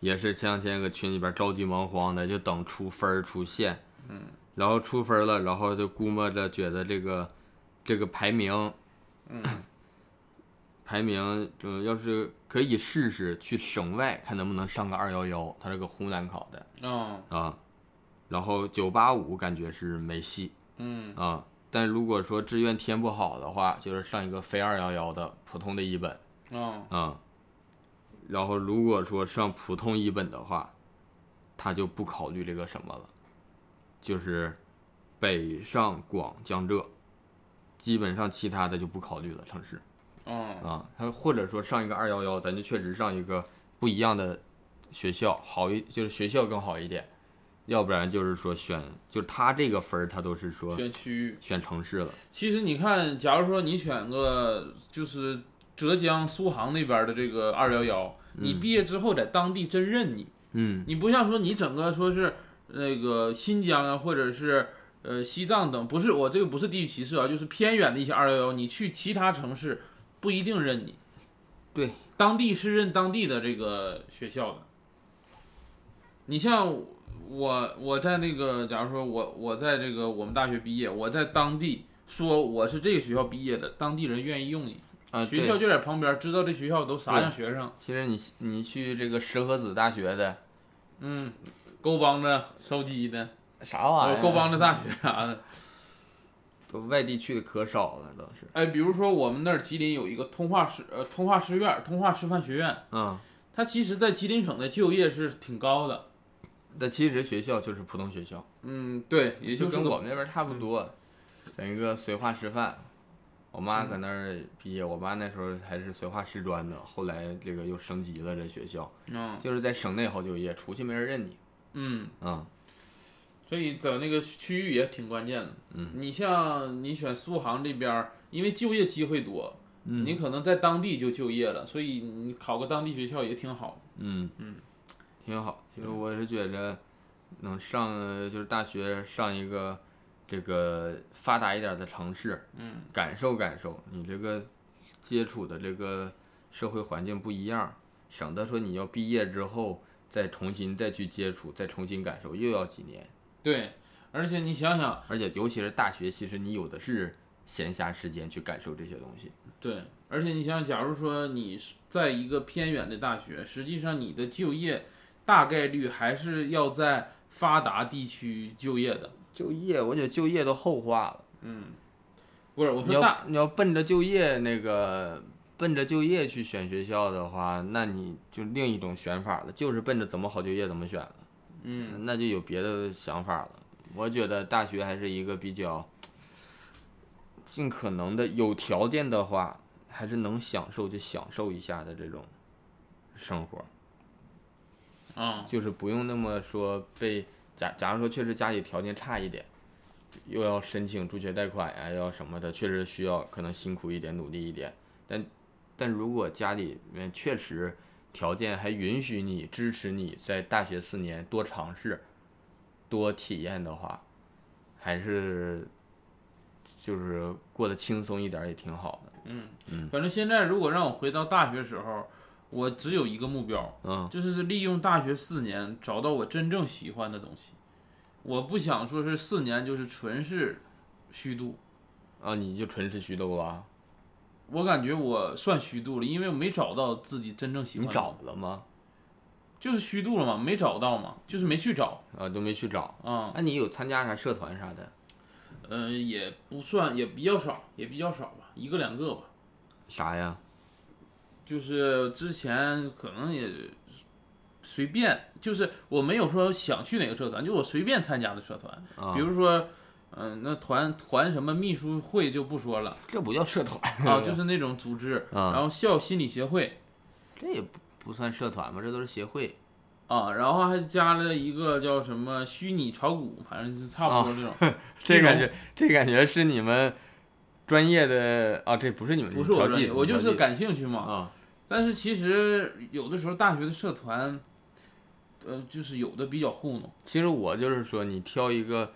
也是前两天搁群里边着急忙慌的，就等出分儿出线。嗯，然后出分儿了，然后就估摸着觉得这个这个排名嗯，排名，嗯，要是可以试试去省外看能不能上个二幺幺，他这个湖南考的嗯啊。然后九八五感觉是没戏嗯啊，但如果说志愿填不好的话，就是上一个非二幺幺的普通的一本。嗯嗯，然后如果说上普通一本的话，他就不考虑这个什么了，就是北上广江浙，基本上其他的就不考虑了城市嗯啊。他或者说上一个二幺幺，咱就确实上一个不一样的学校，好一就是学校更好一点，要不然就是说选，就是他这个分儿他都是说选区域。选城市了，其实你看，假如说你选个就是浙江苏杭那边的这个二幺幺，你毕业之后在当地真认你，嗯你不像说你整个说是那个新疆啊，或者是呃西藏等，不是我这个不是地域歧视啊，就是偏远的一些二幺幺，你去其他城市不一定认你，对，当地是认当地的这个学校的。你像我，我在那个，假如说我我在这个我们大学毕业，我在当地说我是这个学校毕业的，当地人愿意用你，啊学对校就在旁边，知道这学校都啥样学生，其实你你去这个石河子大学的嗯，勾帮子烧鸡的。啥玩意儿？啊勾帮子大学啊啥的。都外地去的可少了，倒是。哎，比如说我们那儿吉林有一个通化师呃通化师院、通化师范学院，嗯，它其实在吉林省的就业是挺高的。但其实学校就是普通学校，嗯，对，也就就是跟个我们那边差不多，整一个绥化师范。我妈搁那儿毕业，我妈那时候还是绥化师专的，后来这个又升级了，这学校嗯就是在省内好就业，出去没人认你。嗯，嗯所以在那个区域也挺关键的。嗯，你像你选苏杭这边儿，因为就业机会多，你可能在当地就就业了，所以你考个当地学校也挺好。嗯嗯，挺好。其实我是觉着能上就是大学上一个这个发达一点的城市，嗯感受感受，你这个接触的这个社会环境不一样，省得说你要毕业之后再重新再去接触，再重新感受，又要几年。对，而且你想想，而且尤其是大学，其实你有的是闲暇时间去感受这些东西。对，而且你想，假如说你是在一个偏远的大学，实际上你的就业大概率还是要在发达地区就业的。就业，我觉得就业都后话了。嗯，不是，我你说大，要你要奔着就业那个奔着就业去选学校的话，那你就另一种选法了，就是奔着怎么好就业怎么选了。嗯，那就有别的想法了。我觉得大学还是一个比较尽可能的有条件的话，还是能享受就享受一下的这种生活，啊、就是不用那么说被假假如说确实家里条件差一点，又要申请助学贷款呀、又要什么的，确实需要可能辛苦一点，努力一点。但但如果家里面确实条件还允许你支持你在大学四年多尝试、多体验的话，还是就是过得轻松一点儿也挺好的。嗯反正现在如果让我回到大学时候，我只有一个目标，嗯就是利用大学四年找到我真正喜欢的东西。我不想说是四年就是纯是虚度，啊，你就纯是虚啊度了，我感觉我算虚度了，因为我没找到自己真正喜你欢的。找了吗？就是虚度了嘛，没找到嘛，就是没去找啊，都没去找。啊那、，你有参加啥社团啥的？嗯、也不算，也比较少，也比较少吧，一个两个吧。啥呀？就是之前可能也随便，就是我没有说想去哪个社团，就我随便参加的社团，啊，比如说，嗯、那团团什么秘书会就不说 [LAUGHS] 了这不叫社团啊，就是那种组织，啊然后校心理协会这也不不算社团吧，这都是协会。啊，然后还加了一个叫什么虚拟炒股，反正就差不多这种。这这感种觉，这感觉是你们专业的啊，这不 [LAUGHS] 是你们不是我调专剂业，我就调是剂感兴趣嘛。啊，但是其实有的时候大学的社团，呃，就是有的比较糊弄。其实我就是说，你挑一个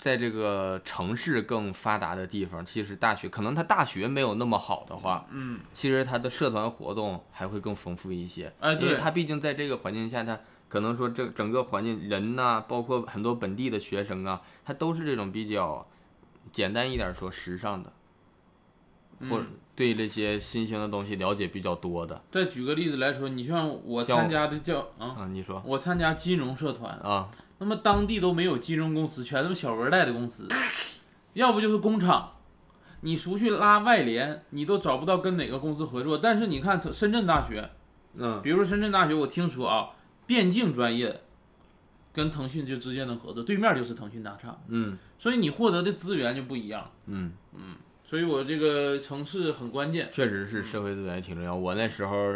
在这个城市更发达的地方，其实大学可能他大学没有那么好的话，嗯，其实他的社团活动还会更丰富一些。哎因为对他毕竟在这个环境下，他可能说这整个环境人呐、包括很多本地的学生啊，他都是这种比较简单一点说时尚的，或者对这些新兴的东西了解比较多的。再举个例子来说，你像我像参我加的叫啊，啊，你说我参加金融社团，啊，那么当地都没有金融公司，全他妈小文带的公司，要不就是工厂。你出去拉外联，你都找不到跟哪个公司合作。但是你看深圳大学，嗯，比如说深圳大学，我听说啊，电竞专业跟腾讯就直接能合作，对面就是腾讯大厦，嗯所以你获得的资源就不一样。嗯。所以我这个城市很关键。确实是社会资源挺重要。我那时候，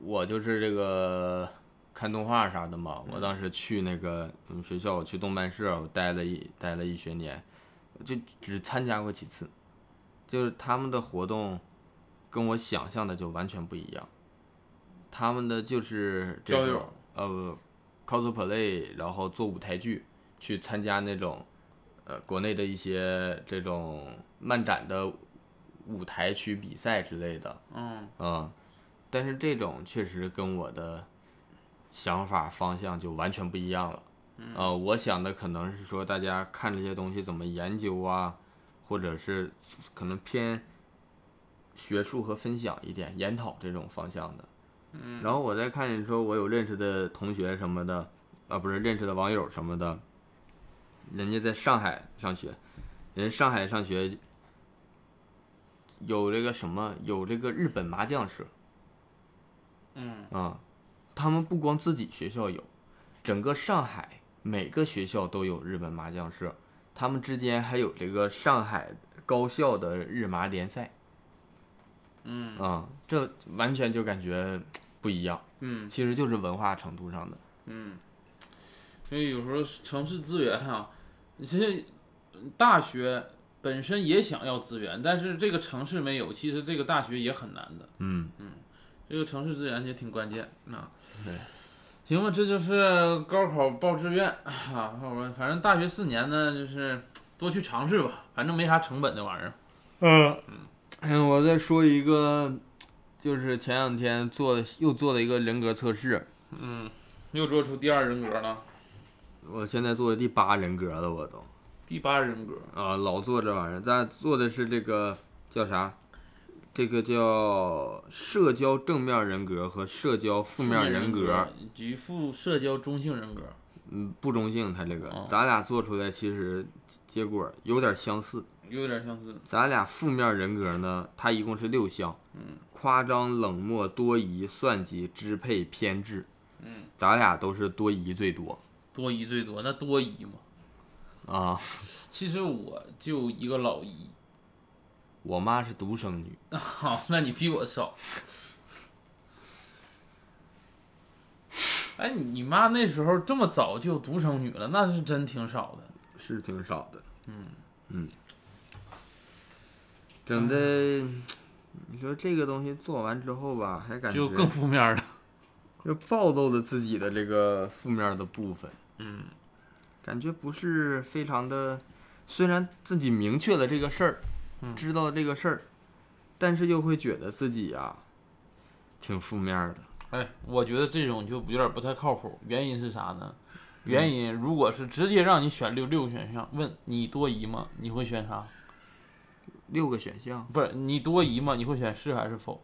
我就是这个看动画啥的嘛。我当时去那个嗯学校，我去动漫社，我待了一待了一学年，就只参加过几次。就是他们的活动，跟我想象的就完全不一样。他们的就是这交种友呃 cosplay，然后做舞台剧，去参加那种呃国内的一些这种漫展的舞台区比赛之类的，嗯，嗯，但是这种确实跟我的想法方向就完全不一样了。嗯呃，我想的可能是说，大家看这些东西怎么研究啊，或者是可能偏学术和分享一点、研讨这种方向的。嗯，然后我再看你说我有认识的同学什么的，啊，不是认识的网友什么的，人家在上海上学，人家上海上学有这个什么，有这个日本麻将社。嗯啊，他们不光自己学校有，整个上海每个学校都有日本麻将社，他们之间还有这个上海高校的日麻联赛。嗯啊，这完全就感觉不一样，嗯其实就是文化程度上的。嗯，所以有时候城市资源哈、其实大学本身也想要资源，但是这个城市没有，其实这个大学也很难的。嗯，这个城市资源也挺关键啊。对，行吧，这就是高考报志愿啊。我们反正大学四年呢，就是多去尝试吧，反正没啥成本这玩意儿。呃，嗯，我再说一个，就是前两天做的又做了一个人格测试，嗯，又做出第二人格了，我现在做的第八人格了，我都。第八人格。啊，老做这玩意儿，咱做的是这个叫啥？这个叫社交正面人格和社交负面人格，局负社交中性人格，嗯，不中性。它这个哦，咱俩做出来其实结果有点相似。有点相似。咱俩负面人格呢，它一共是六项，嗯夸张、冷漠、多疑、算计、支配、偏执。嗯，咱俩都是多疑最多多疑最多，那多疑嘛。啊。其实我就一个老一，我妈是独生女， [LAUGHS] 好，那你比我少。 [LAUGHS] 哎，你你妈那时候这么早就独生女了，那是真挺少的。是挺少的。嗯嗯，整的，你说这个东西做完之后吧，还感觉就更负面了。就暴露了自己的这个负面的部分，嗯，感觉不是非常的。虽然自己明确了这个事儿，嗯知道了这个事儿，但是又会觉得自己呀、挺负面的。哎，我觉得这种就有点不太靠谱。原因是啥呢？原因如果是直接让你选六六个选项，问你多疑吗？你会选啥？六个选项，不是你多疑吗？你会选是还是否？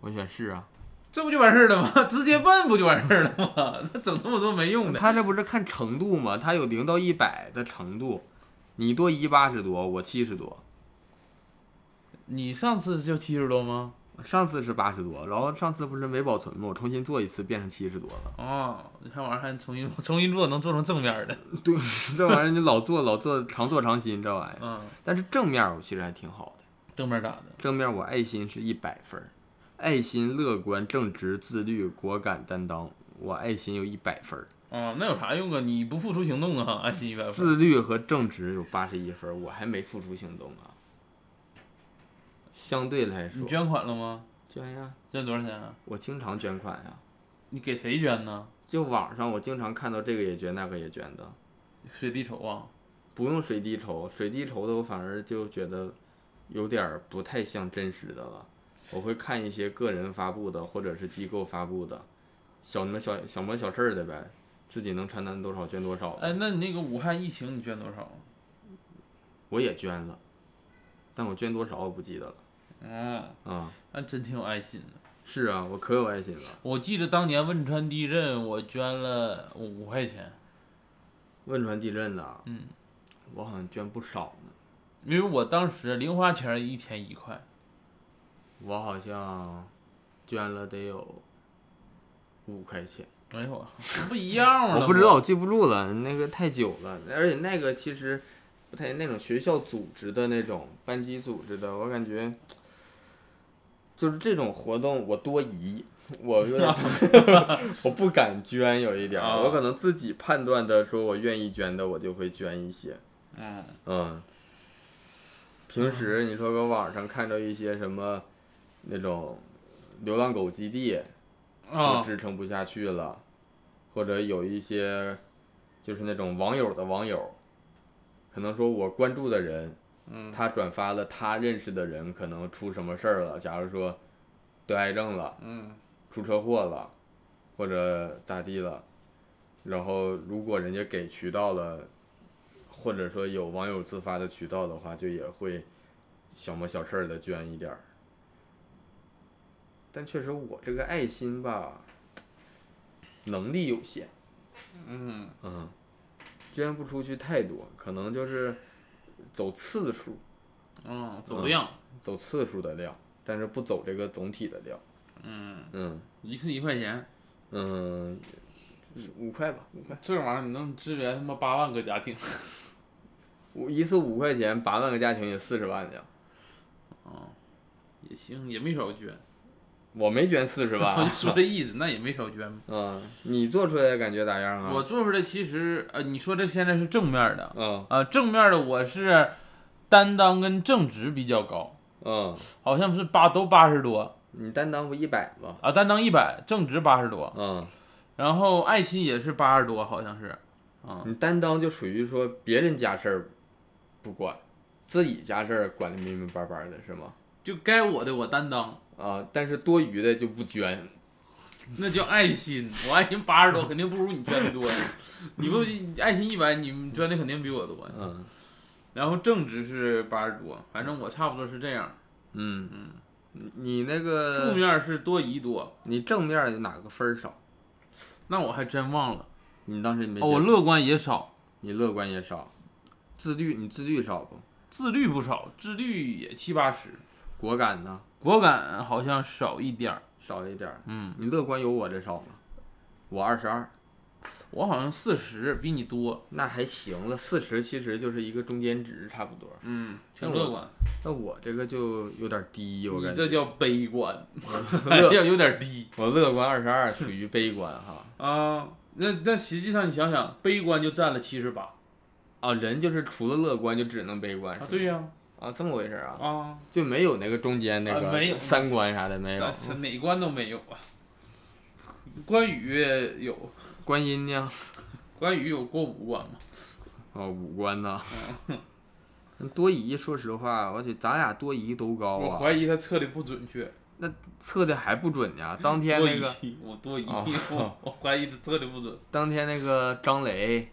我选是啊。这不就完事儿了吗？ [LAUGHS] 直接问不就完事儿了吗？ [LAUGHS] 那整那么多没用的。他这不是看程度吗？他有零到一百的程度，你多一八十多，我七十多。你上次就七十多吗？上次是八十多，然后上次不是没保存吗？我重新做一次，变成七十多 [LAUGHS] 了。哦，你看玩意儿还重新 [LAUGHS] 重新做，能做成正面的。对， [LAUGHS] 这玩意儿你老做老做，常做常新，这玩意儿。嗯，哎但是正面我其实还挺好的，正面咋的？正面我爱心是一百分儿，爱心、乐观、正直、自律、果敢、担当，我爱心有一百分儿，哦，那有啥用啊？你不付出行动啊，爱心一百分。自律和正直有八十一分儿，我还没付出行动啊。相对来你说，捐款了吗？捐呀，捐多少钱啊？我经常捐款呀，你给谁捐呢？就网上我经常看到这个也捐那个也捐的，水滴筹啊？不用水滴筹，水滴筹的我反而就觉得有点儿不太像真实的了。我会看一些个人发布的或者是机构发布的，小什么小小模小事儿的呗，自己能承担多少捐多少。哎，那你那个武汉疫情你捐多少？啊我也捐了，但我捐多少我不记得了嗯，啊、那真挺有爱心的。是啊，我可有爱心了。我记得当年汶川地震，我捐了五块钱，汶川地震呐，嗯，我好像捐不少呢，因为我当时零花钱一天一块，我好像捐了得有五块钱。哎呦，不一样了。我不知道，我记不住了，那个太久了，而且那个其实不太那种学校组织的那种班级组织的，我感觉就是这种活动我多疑，我有点我不 [LAUGHS] 敢捐，有一点儿，啊我可能自己判断的说我愿意捐的，我就会捐一些，嗯，嗯。平时你说搁网上看着一些什么那种流浪狗基地，就啊，支撑不下去了，或者有一些就是那种网友的网友，可能说我关注的人，嗯他转发了他认识的人可能出什么事儿了，假如说得癌症了，嗯，出车祸了，或者咋地了，然后如果人家给渠道了，或者说有网友自发的渠道的话，就也会小模小事儿的捐一点儿。但确实我这个爱心吧，能力有限，嗯，嗯，捐不出去太多，可能就是走次数，嗯，走量，走次数的量，但是不走这个总体的量，嗯，嗯一次一块钱，嗯，就是五块吧，五块。这玩意儿你能支援他妈八万个家庭。我一次五块钱，八万个家庭也四十万呢。啊，也行，也没少捐。我没捐四十万我就啊，说这意思，那也没少捐 [LAUGHS] 嘛。嗯，你做出来的感觉咋样啊？我做出来其实，呃，你说这现在是正面的，嗯啊，正面的我是担当跟正直比较高，嗯，好像是八都八十多你担当不一百吗？啊，担当一百，正直八十多，嗯，然后爱心也是八十多，好像是，啊，你担当就属于说别人家事儿不管，自己家事儿管得明明白白的，是吗？就该我的我担当，啊、但是多余的就不捐。那叫爱心。我爱心八十多，肯定不如你捐的多呀。你不爱心一百，你捐的肯定比我多。嗯然后正直是八十多，反正我差不多是这样。嗯嗯，你你那负个面是多疑多，你正面哪个分儿少？那我还真忘了。你当时你没哦，我接触乐观也少，你乐观也少，自律你自律少不？自律不少，自律也七八十，果敢呢果敢好像少一点儿。少一点儿。嗯，你乐观有我这少吗？我二十二，我好像四十，比你多。那还行了。四十其实就是一个中间值，差不多。嗯，挺那我乐观。那我这个就有点低，我你感这觉。叫悲观，哎 [LAUGHS] 乐， [LAUGHS] 呀，有点低我乐观二十二属于悲观哈。啊。那那实际上你想想，悲观就占了七十八。啊，人就是除了乐观就只能悲观。是啊吗，对呀，啊，这么回事儿啊，啊，就没有那个中间那个、啊没有三观啥的没有三。三哪关都没有啊。关羽有，观音呢？关羽有过五关吗？啊，五官呢？嗯多疑，说实话，我去，咱俩多疑都高我啊，怀疑他测的不准确。测的还不准呢。当天那个，多疑，我多疑，啊我我怀疑他测的不准。当天那个张磊，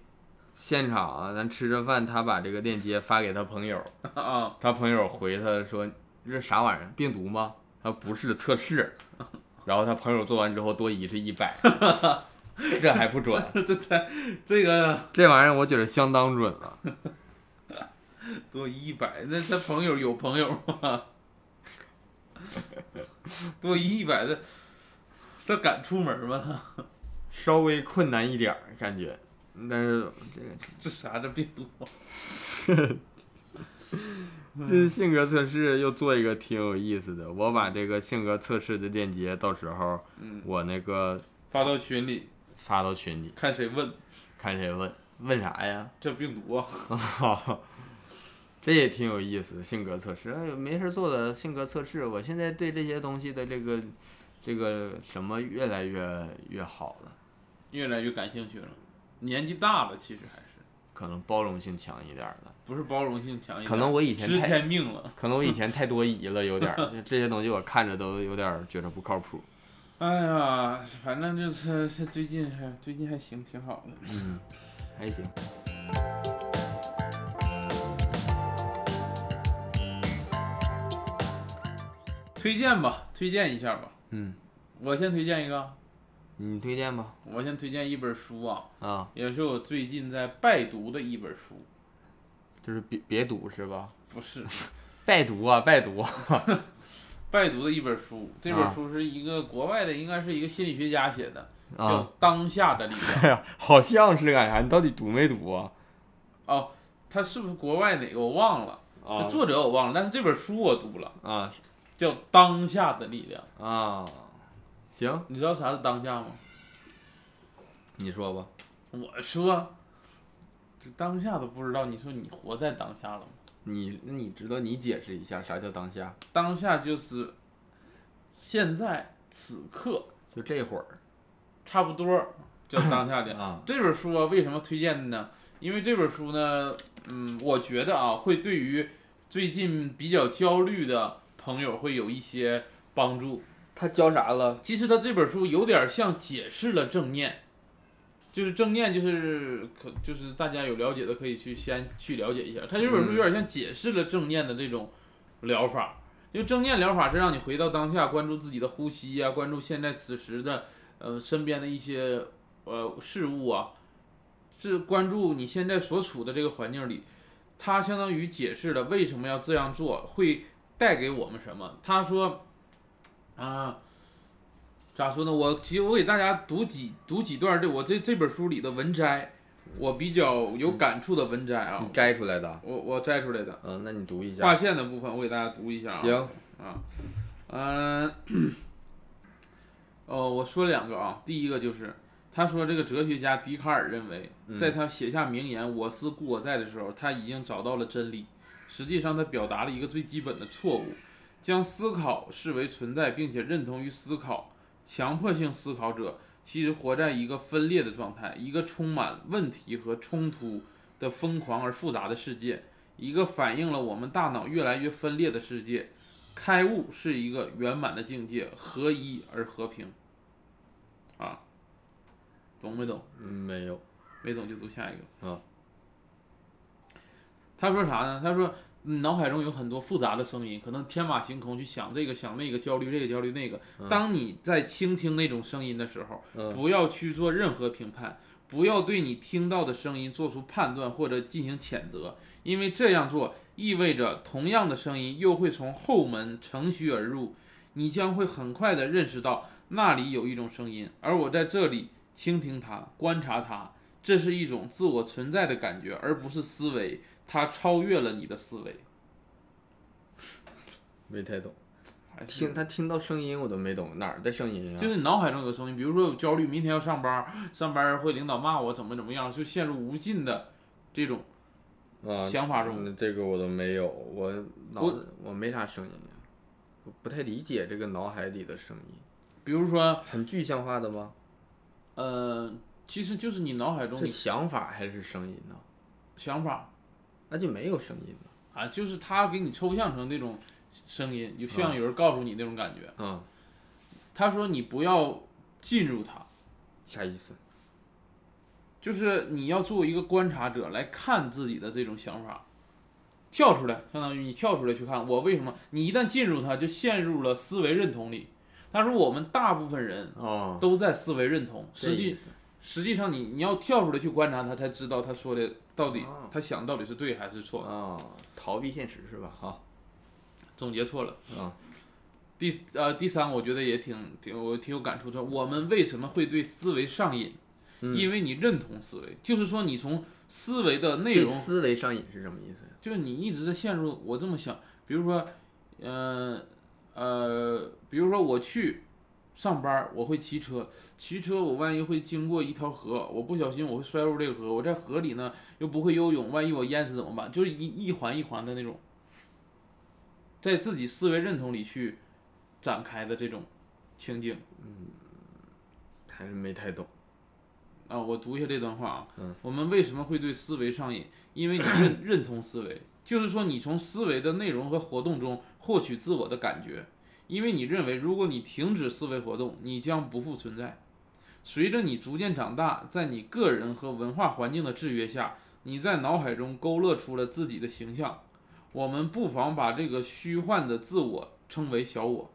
现场咱吃着饭，他把这个链接发给他朋友，啊，他朋友回他说：“这是啥玩意儿？病毒吗？”他说不是测试。 [LAUGHS] 然后他朋友做完之后多疑是一百，这还不准，这个这玩意儿我觉得相当准了。多一百，那他朋友有朋友吗？ [LAUGHS] 多一百的，他敢出门吗？稍微困难一点儿感觉，但是这个这啥这病毒？这性格测试又做一个挺有意思的，我把这个性格测试的链接到时候嗯，我那个发到群里发到群里，看谁问看谁问问啥呀？这病毒啊？ [LAUGHS] 这也挺有意思，性格测试。哎呦，没事做的性格测试，我现在对这些东西的这个这个什么越来越越好了。越来越感兴趣了，年纪大了其实还是可能包容性强一点儿的。不是包容性强一点，可能我以前知太，天命了。可能我以前太多疑了，有点儿 [LAUGHS] 这这些东西我看着都有点儿觉着不靠谱。哎呀，反正就是是最近是最近还行，挺好的。嗯，还行。推荐吧，推荐一下吧。嗯，我先推荐一个，你推荐吧。我先推荐一本书啊，啊，也是我最近在拜读的一本书，就是别别读是吧？不是 [LAUGHS] 拜读啊，拜读。拜读的一本书。这本啊书是一个国外的，应该是一个心理学家写的，叫《啊，当下的力量》。 [LAUGHS] 哎呀，好像是干啥？你到底读没读啊？哦，他是不是国外哪个我忘了，这啊作者我忘了，但是这本书我读了，啊叫《当下的力量》。啊，行，你知道啥是当下吗？你说吧。我说，这当下都不知道，你说你活在当下了吗？你那你知道你解释一下啥叫当下？当下就是现在此刻，就这会儿差不多叫当下的。啊， [CLEARS THROAT] 这本书啊，为什么推荐呢？因为这本书呢，嗯，我觉得啊，会对于最近比较焦虑的朋友会有一些帮助。他教啥了？其实他这本书有点像解释了正念，就是正念就是可就是大家有了解的可以去先去了解一下。他这本书有点像解释了正念的这种疗法，因为正念疗法是让你回到当下，关注自己的呼吸啊，关注现在此时的呃身边的一些呃事物啊，是关注你现在所处的这个环境里。它相当于解释了为什么要这样做，会带给我们什么。他说啊。咋说呢？我其实我给大家读几读几段这我这这本书里的文摘，我比较有感触的文摘啊你，摘出来的？我我摘出来的嗯，那你读一划下。线的部分，我给大家读一下啊。行，啊，嗯、哦，我说两个啊，第一个就是他说这个哲学家笛卡尔认为，嗯在他写下名言“我思故我在”的时候，他已经找到了真理。实际上，他表达了一个最基本的错误：将思考视为存在，并且认同于思考。强迫性思考者其实活在一个分裂的状态，一个充满问题和冲突的疯狂而复杂的世界，一个反映了我们大脑越来越分裂的世界。开悟是一个圆满的境界，合一而和平。啊，懂没懂？嗯，没有。没懂就读下一个。啊，他说啥呢？他说嗯脑海中有很多复杂的声音，可能天马行空去想这个想那个，焦虑这个焦虑那个。嗯当你在倾听那种声音的时候，嗯不要去做任何评判，不要对你听到的声音做出判断或者进行谴责，因为这样做意味着同样的声音又会从后门乘虚而入，你将会很快地认识到那里有一种声音，而我在这里倾听它，观察它，这是一种自我存在的感觉，而不是思维，它超越了你的思维。没太懂。还哎是听他听到声音我都没懂，哪儿的声音啊？就是你脑海中有声音，比如说有焦虑，明天要上班儿，上班儿会领导骂我怎么怎么样，就陷入无尽的这种啊，想法中。嗯这个我都没有，我脑我子我没啥声音呀，我不太理解这个脑海里的声音，比如说，很具象化的吗？呃，其实就是你脑海中是的想法还是声音呢？想法那就没有声音了。啊，就是他给你抽象成那种声音，就像有人告诉你那种感觉。嗯，他说你不要进入它，啥意思？就是你要作为一个观察者来看自己的这种想法，跳出来，相当于你跳出来去看我为什么，你一旦进入它，就陷入了思维认同里。他说我们大部分人哦，都在嗯思维认同，这实际意思实际上你你要跳出来去观察他，才知道他说的到底哦他想到底是对还是错。哦，逃避现实是吧？哈总结错了。啊，第呃第三，我觉得也挺挺我挺有感触的。我们为什么会对思维上瘾？嗯因为你认同思维，就是说你从思维的内对容，思维上瘾是什么意思呀？就是你一直在陷入我这么想，比如说，呃呃，比如说我去上班儿，我会骑车，骑车我万一会经过一条河，我不小心我会摔入这个河，我在河里呢又不会游泳，万一我淹死怎么办？就是一一环一环的那种，在自己思维认同里去展开的这种情景，还是没太懂。啊、我读一下这段话啊。嗯我们为什么会对思维上瘾？因为你认认同思维，就是说你从思维的内容和活动中获取自我的感觉。因为你认为，如果你停止思维活动，你将不复存在。随着你逐渐长大，在你个人和文化环境的制约下，你在脑海中勾勒出了自己的形象。我们不妨把这个虚幻的自我称为小我。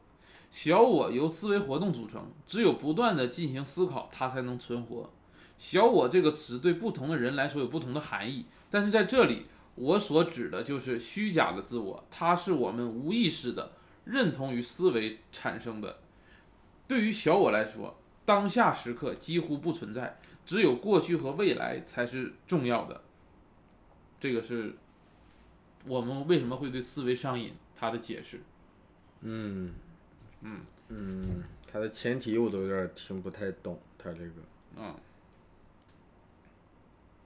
小我由思维活动组成，只有不断的进行思考，它才能存活。小我这个词对不同的人来说有不同的含义，但是在这里，我所指的就是虚假的自我，它是我们无意识的认同于思维产生的。对于小我来说，当下时刻几乎不存在，只有过去和未来才是重要的。这个是我们为什么会对思维上瘾它的解释。嗯，嗯嗯，它的前提我都有点听不太懂，它这个嗯，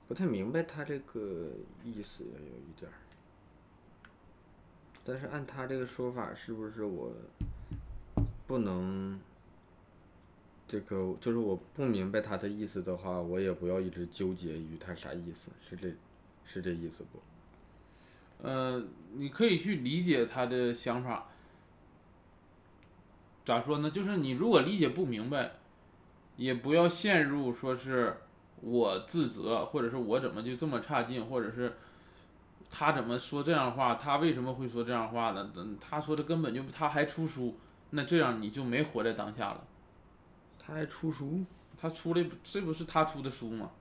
不太明白它这个意思也有一点儿。但是按他这个说法，是不是我不能这个就是我不明白他的意思的话，我也不要一直纠结于他啥意思，是这是这意思不？呃，你可以去理解他的想法。咋说呢？就是你如果理解不明白，也不要陷入说是我自责，或者是我怎么就这么差劲，或者是他怎么说这样话，他为什么会说这样话呢？嗯他说的根本就他还出书，那这样你就没活在当下了。他还出书？他出的这不是他出的书吗？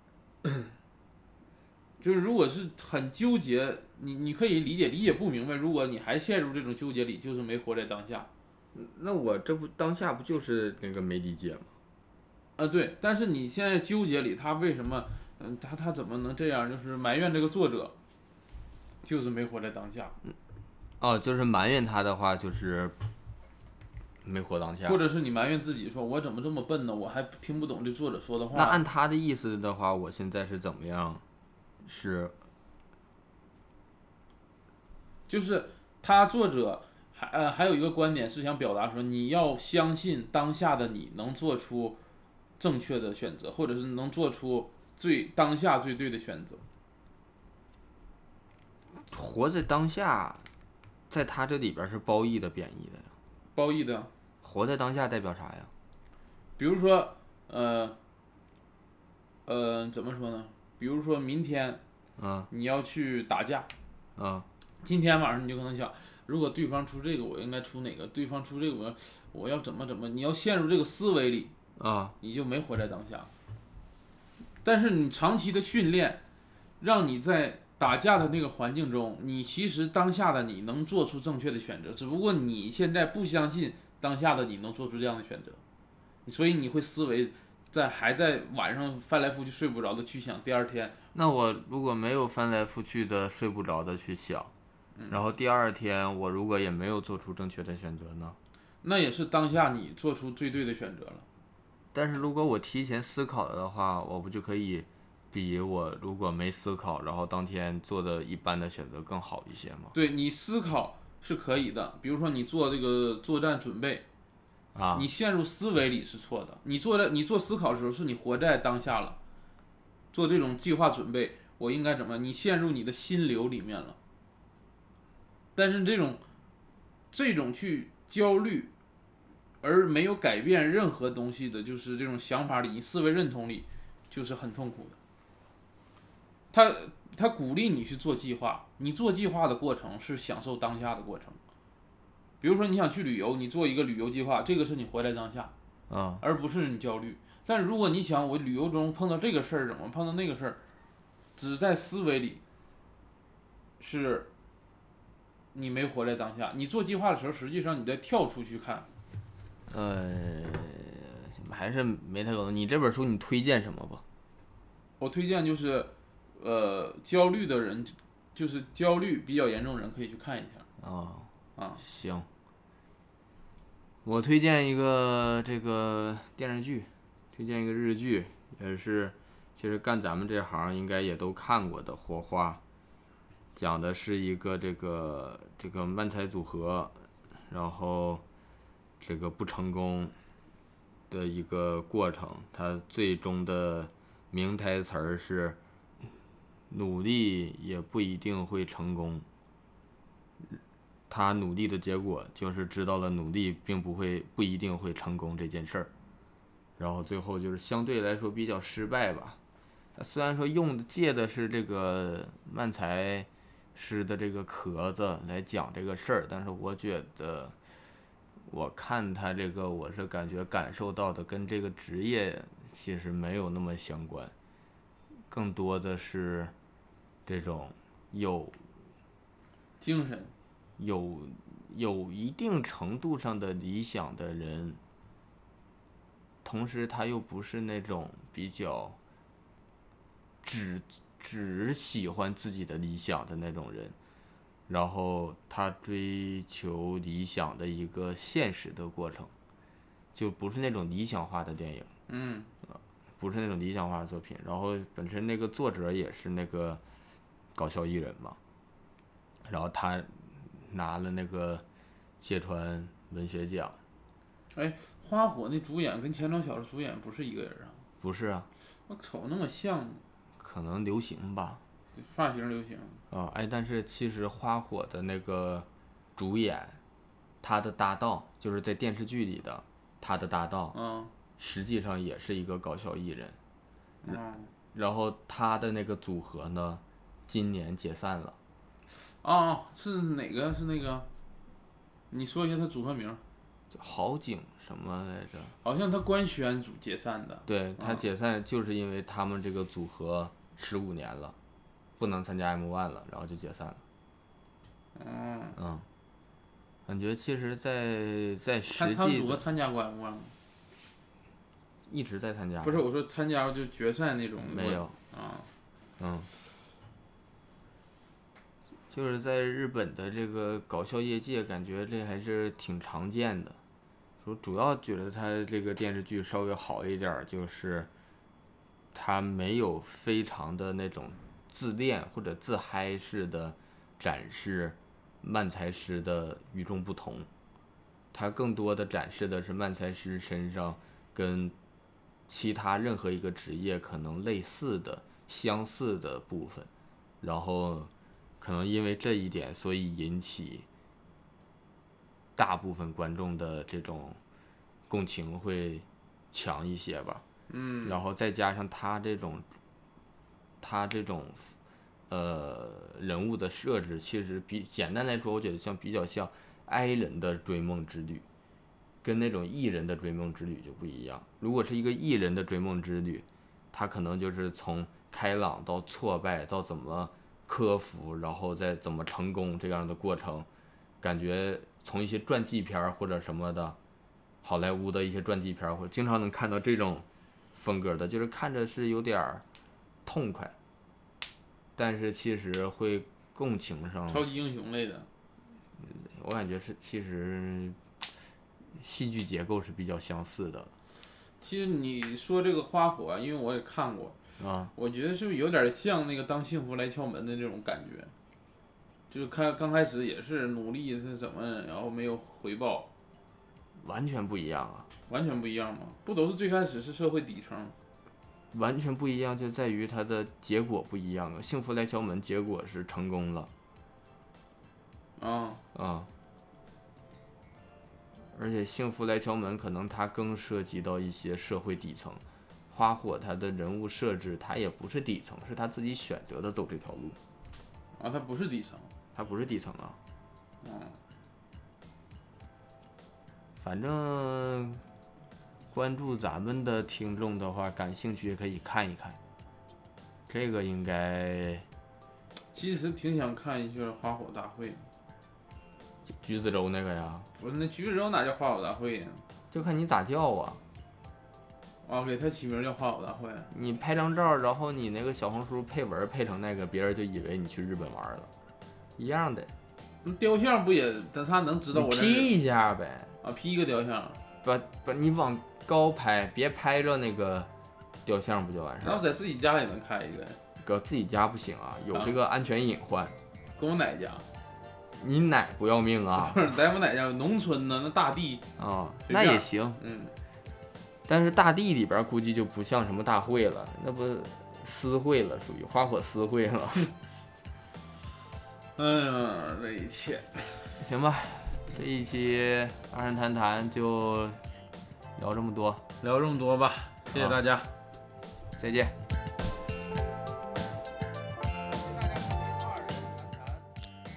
[CLEARS THROAT] 就是如果是很纠结，你你可以理解理解不明白，如果你还陷入这种纠结里，就是没活在当下。那我这不当下不就是那个没理解吗？啊，对，但是你现在纠结里，他为什么，嗯，他他怎么能这样？就是埋怨这个作者，就是没活在当下，哦，就是埋怨他的话，就是没活当下或。者是你埋怨自己说，我怎么这么笨呢？我还听不懂这作者说的话。那按他的意思的话，我现在是怎么样？是就是他作者还呃还有一个观点是想表达说，你要相信当下的你能做出正确的选择，或者是能做出最当下最对的选择。活在当下，在他这里边是褒义的、贬义的呀。褒义的，活在当下代表啥呀？比如说呃呃怎么说呢？比如说明天嗯你要去打架，嗯，今天晚上你就可能想，如果对方出这个，我应该出哪个？对方出这个，我我要怎么怎么？你要陷入这个思维里，啊、你就没活在当下。但是你长期的训练，让你在打架的那个环境中，你其实当下的你能做出正确的选择，只不过你现在不相信当下的你能做出这样的选择，所以你会思维在还在晚上翻来覆去睡不着的去想第二天，那我如果没有翻来覆去的睡不着的去想，然后第二天我如果也没有做出正确的选择呢？那也是当下你做出最对的选择了。但是如果我提前思考了的话，我不就可以比我如果没思考，然后当天做的一般的选择更好一些吗？对你思考是可以的，比如说你做这个作战准备，啊，你陷入思维里是错的。你做的你做思考的时候，是你活在当下了，做这种计划准备，我应该怎么？你陷入你的心流里面了。但是这种这种去焦虑而没有改变任何东西的，就是这种想法里，你思维认同里，就是很痛苦的。他他鼓励你去做计划，你做计划的过程是享受当下的过程。比如说你想去旅游，你做一个旅游计划，这个是你活在当下，啊，而不是你焦虑。但如果你想我旅游中碰到这个事儿，怎么碰到那个事儿，只在思维里，是你没活在当下。你做计划的时候，实际上你在跳出去看。呃，还是没太搞懂。你这本书你推荐什么吧？我推荐就是，呃，焦虑的人，就是焦虑比较严重的人可以去看一下啊，啊。行，我推荐一个这个电视剧，推荐一个日剧，也是其实干咱们这行应该也都看过的《火花》，讲的是一个这个这个漫才组合，然后这个不成功的一个过程，它最终的名台词儿是：努力也不一定会成功。他努力的结果就是知道了努力并不会不一定会成功这件事儿，然后最后就是相对来说比较失败吧。他虽然说用的借的是这个漫才诗的这个壳子来讲这个事儿，但是我觉得我看他这个，我是感觉感受到的跟这个职业其实没有那么相关，更多的是这种有精神，有有一定程度上的理想的人，同时他又不是那种比较只只喜欢自己的理想的那种人，然后他追求理想的一个现实的过程，就不是那种理想化的电影。嗯不是那种理想化的作品。然后本身那个作者也是那个搞笑艺人嘛，然后他拿了那个芥川文学奖，花火那主演跟前朝小的主演不是一个人啊，不是啊，我瞅那么像呢，可能流行吧，发型流行，啊、哎，但是其实花火的那个主演，他的搭档就是在电视剧里的他的搭档，啊实际上也是一个搞笑艺人。啊然后他的那个组合呢，今年解散了。啊，是哪个？是那个？你说一下他组合名，就好景什么来着？好像他官宣组解散的，对他啊解散就是因为他们这个组合十五年了，不能参加 M One 了，然后就解散了。嗯，嗯，感觉其实在，在他实他们际组合的参加过 M 吗？一直在参加，不是，我说参加就决赛那种没有，啊，嗯，就是在日本的这个搞笑业界，感觉这还是挺常见的。说主要觉得他这个电视剧稍微好一点儿，就是他没有非常的那种自恋或者自嗨式的展示漫才师的与众不同，他更多的展示的是漫才师身上跟其他任何一个职业可能类似的相似的部分，然后可能因为这一点，所以引起大部分观众的这种共情会强一些吧。嗯，然后再加上他这种，他这种，呃，人物的设置，其实比简单来说，我觉得像比较像 i 人的追梦之旅，跟那种艺人的追梦之旅就不一样。如果是一个艺人的追梦之旅，他可能就是从开朗到挫败到怎么克服，然后再怎么成功这样的过程，感觉从一些传记片儿或者什么的，好莱坞的一些传记片儿，或者经常能看到这种。风格的，就是看着是有点儿痛快，但是其实会共情上，超级英雄类的，我感觉是其实戏剧结构是比较相似的其实你说这个花火啊，因为我也看过，啊，我觉得是不是有点像那个《当幸福来敲门》的那种感觉？就是看刚开始也是努力是怎么，然后没有回报，完全不一样啊，完全不一样嘛。不都是最开始是社会底层？完全不一样就在于它的结果不一样啊，《幸福来敲门》结果是成功了啊，啊。而且《幸福来敲门》可能它更涉及到一些社会底层，花火它的人物设置，它也不是底层，是他自己选择的走这条路。啊，它不是底层，它不是底层啊。嗯。反正关注咱们的听众的话，感兴趣也可以看一看。这个应该其实挺想看一下花火大会，橘子洲那个呀，不是那橘子洲哪叫花火大会呀？就看你咋叫啊。啊，给它起名叫花火大会，啊你拍张照，然后你那个小红书配文配成那个，别人就以为你去日本玩了，一样的。那雕像不也？但他能知道你我这是 P 一下呗，啊，P 一个雕像，把把你往高拍，别拍着那个雕像不就完事然儿后了？在自己家也能开一个，搁自己家不行啊，有这个安全隐患。跟我奶家。你奶不要命啊！不是在我奶家，农村呢，那大地，哦，随那便也儿行。嗯，但是大地里边儿估计就不像什么大会了，那不私会了，属于花火私会了。 [LAUGHS] 哎呀，这一天，行吧，这一期二人谈谈就聊这么多，聊这么多吧，谢谢好大家。再见。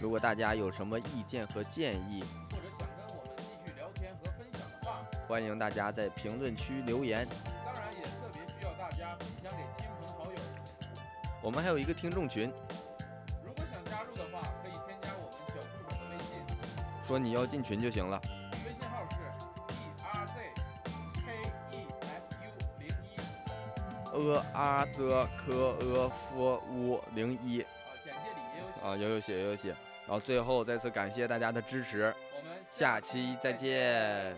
如果大家有什么意见和建议，或者想跟我们继续聊天和分享的话，欢迎大家在评论区留言。当然也特别需要大家分享给亲朋好友。我们还有一个听众群，如果想加入的话，可以添加我们小助手的微信，说你要进群就行了。微信号是 e r z k e f u 零一，呃啊则科呃夫乌零一啊，简介里也有写。啊，有有写有有写。然后最后再次感谢大家的支持，我们下期再见。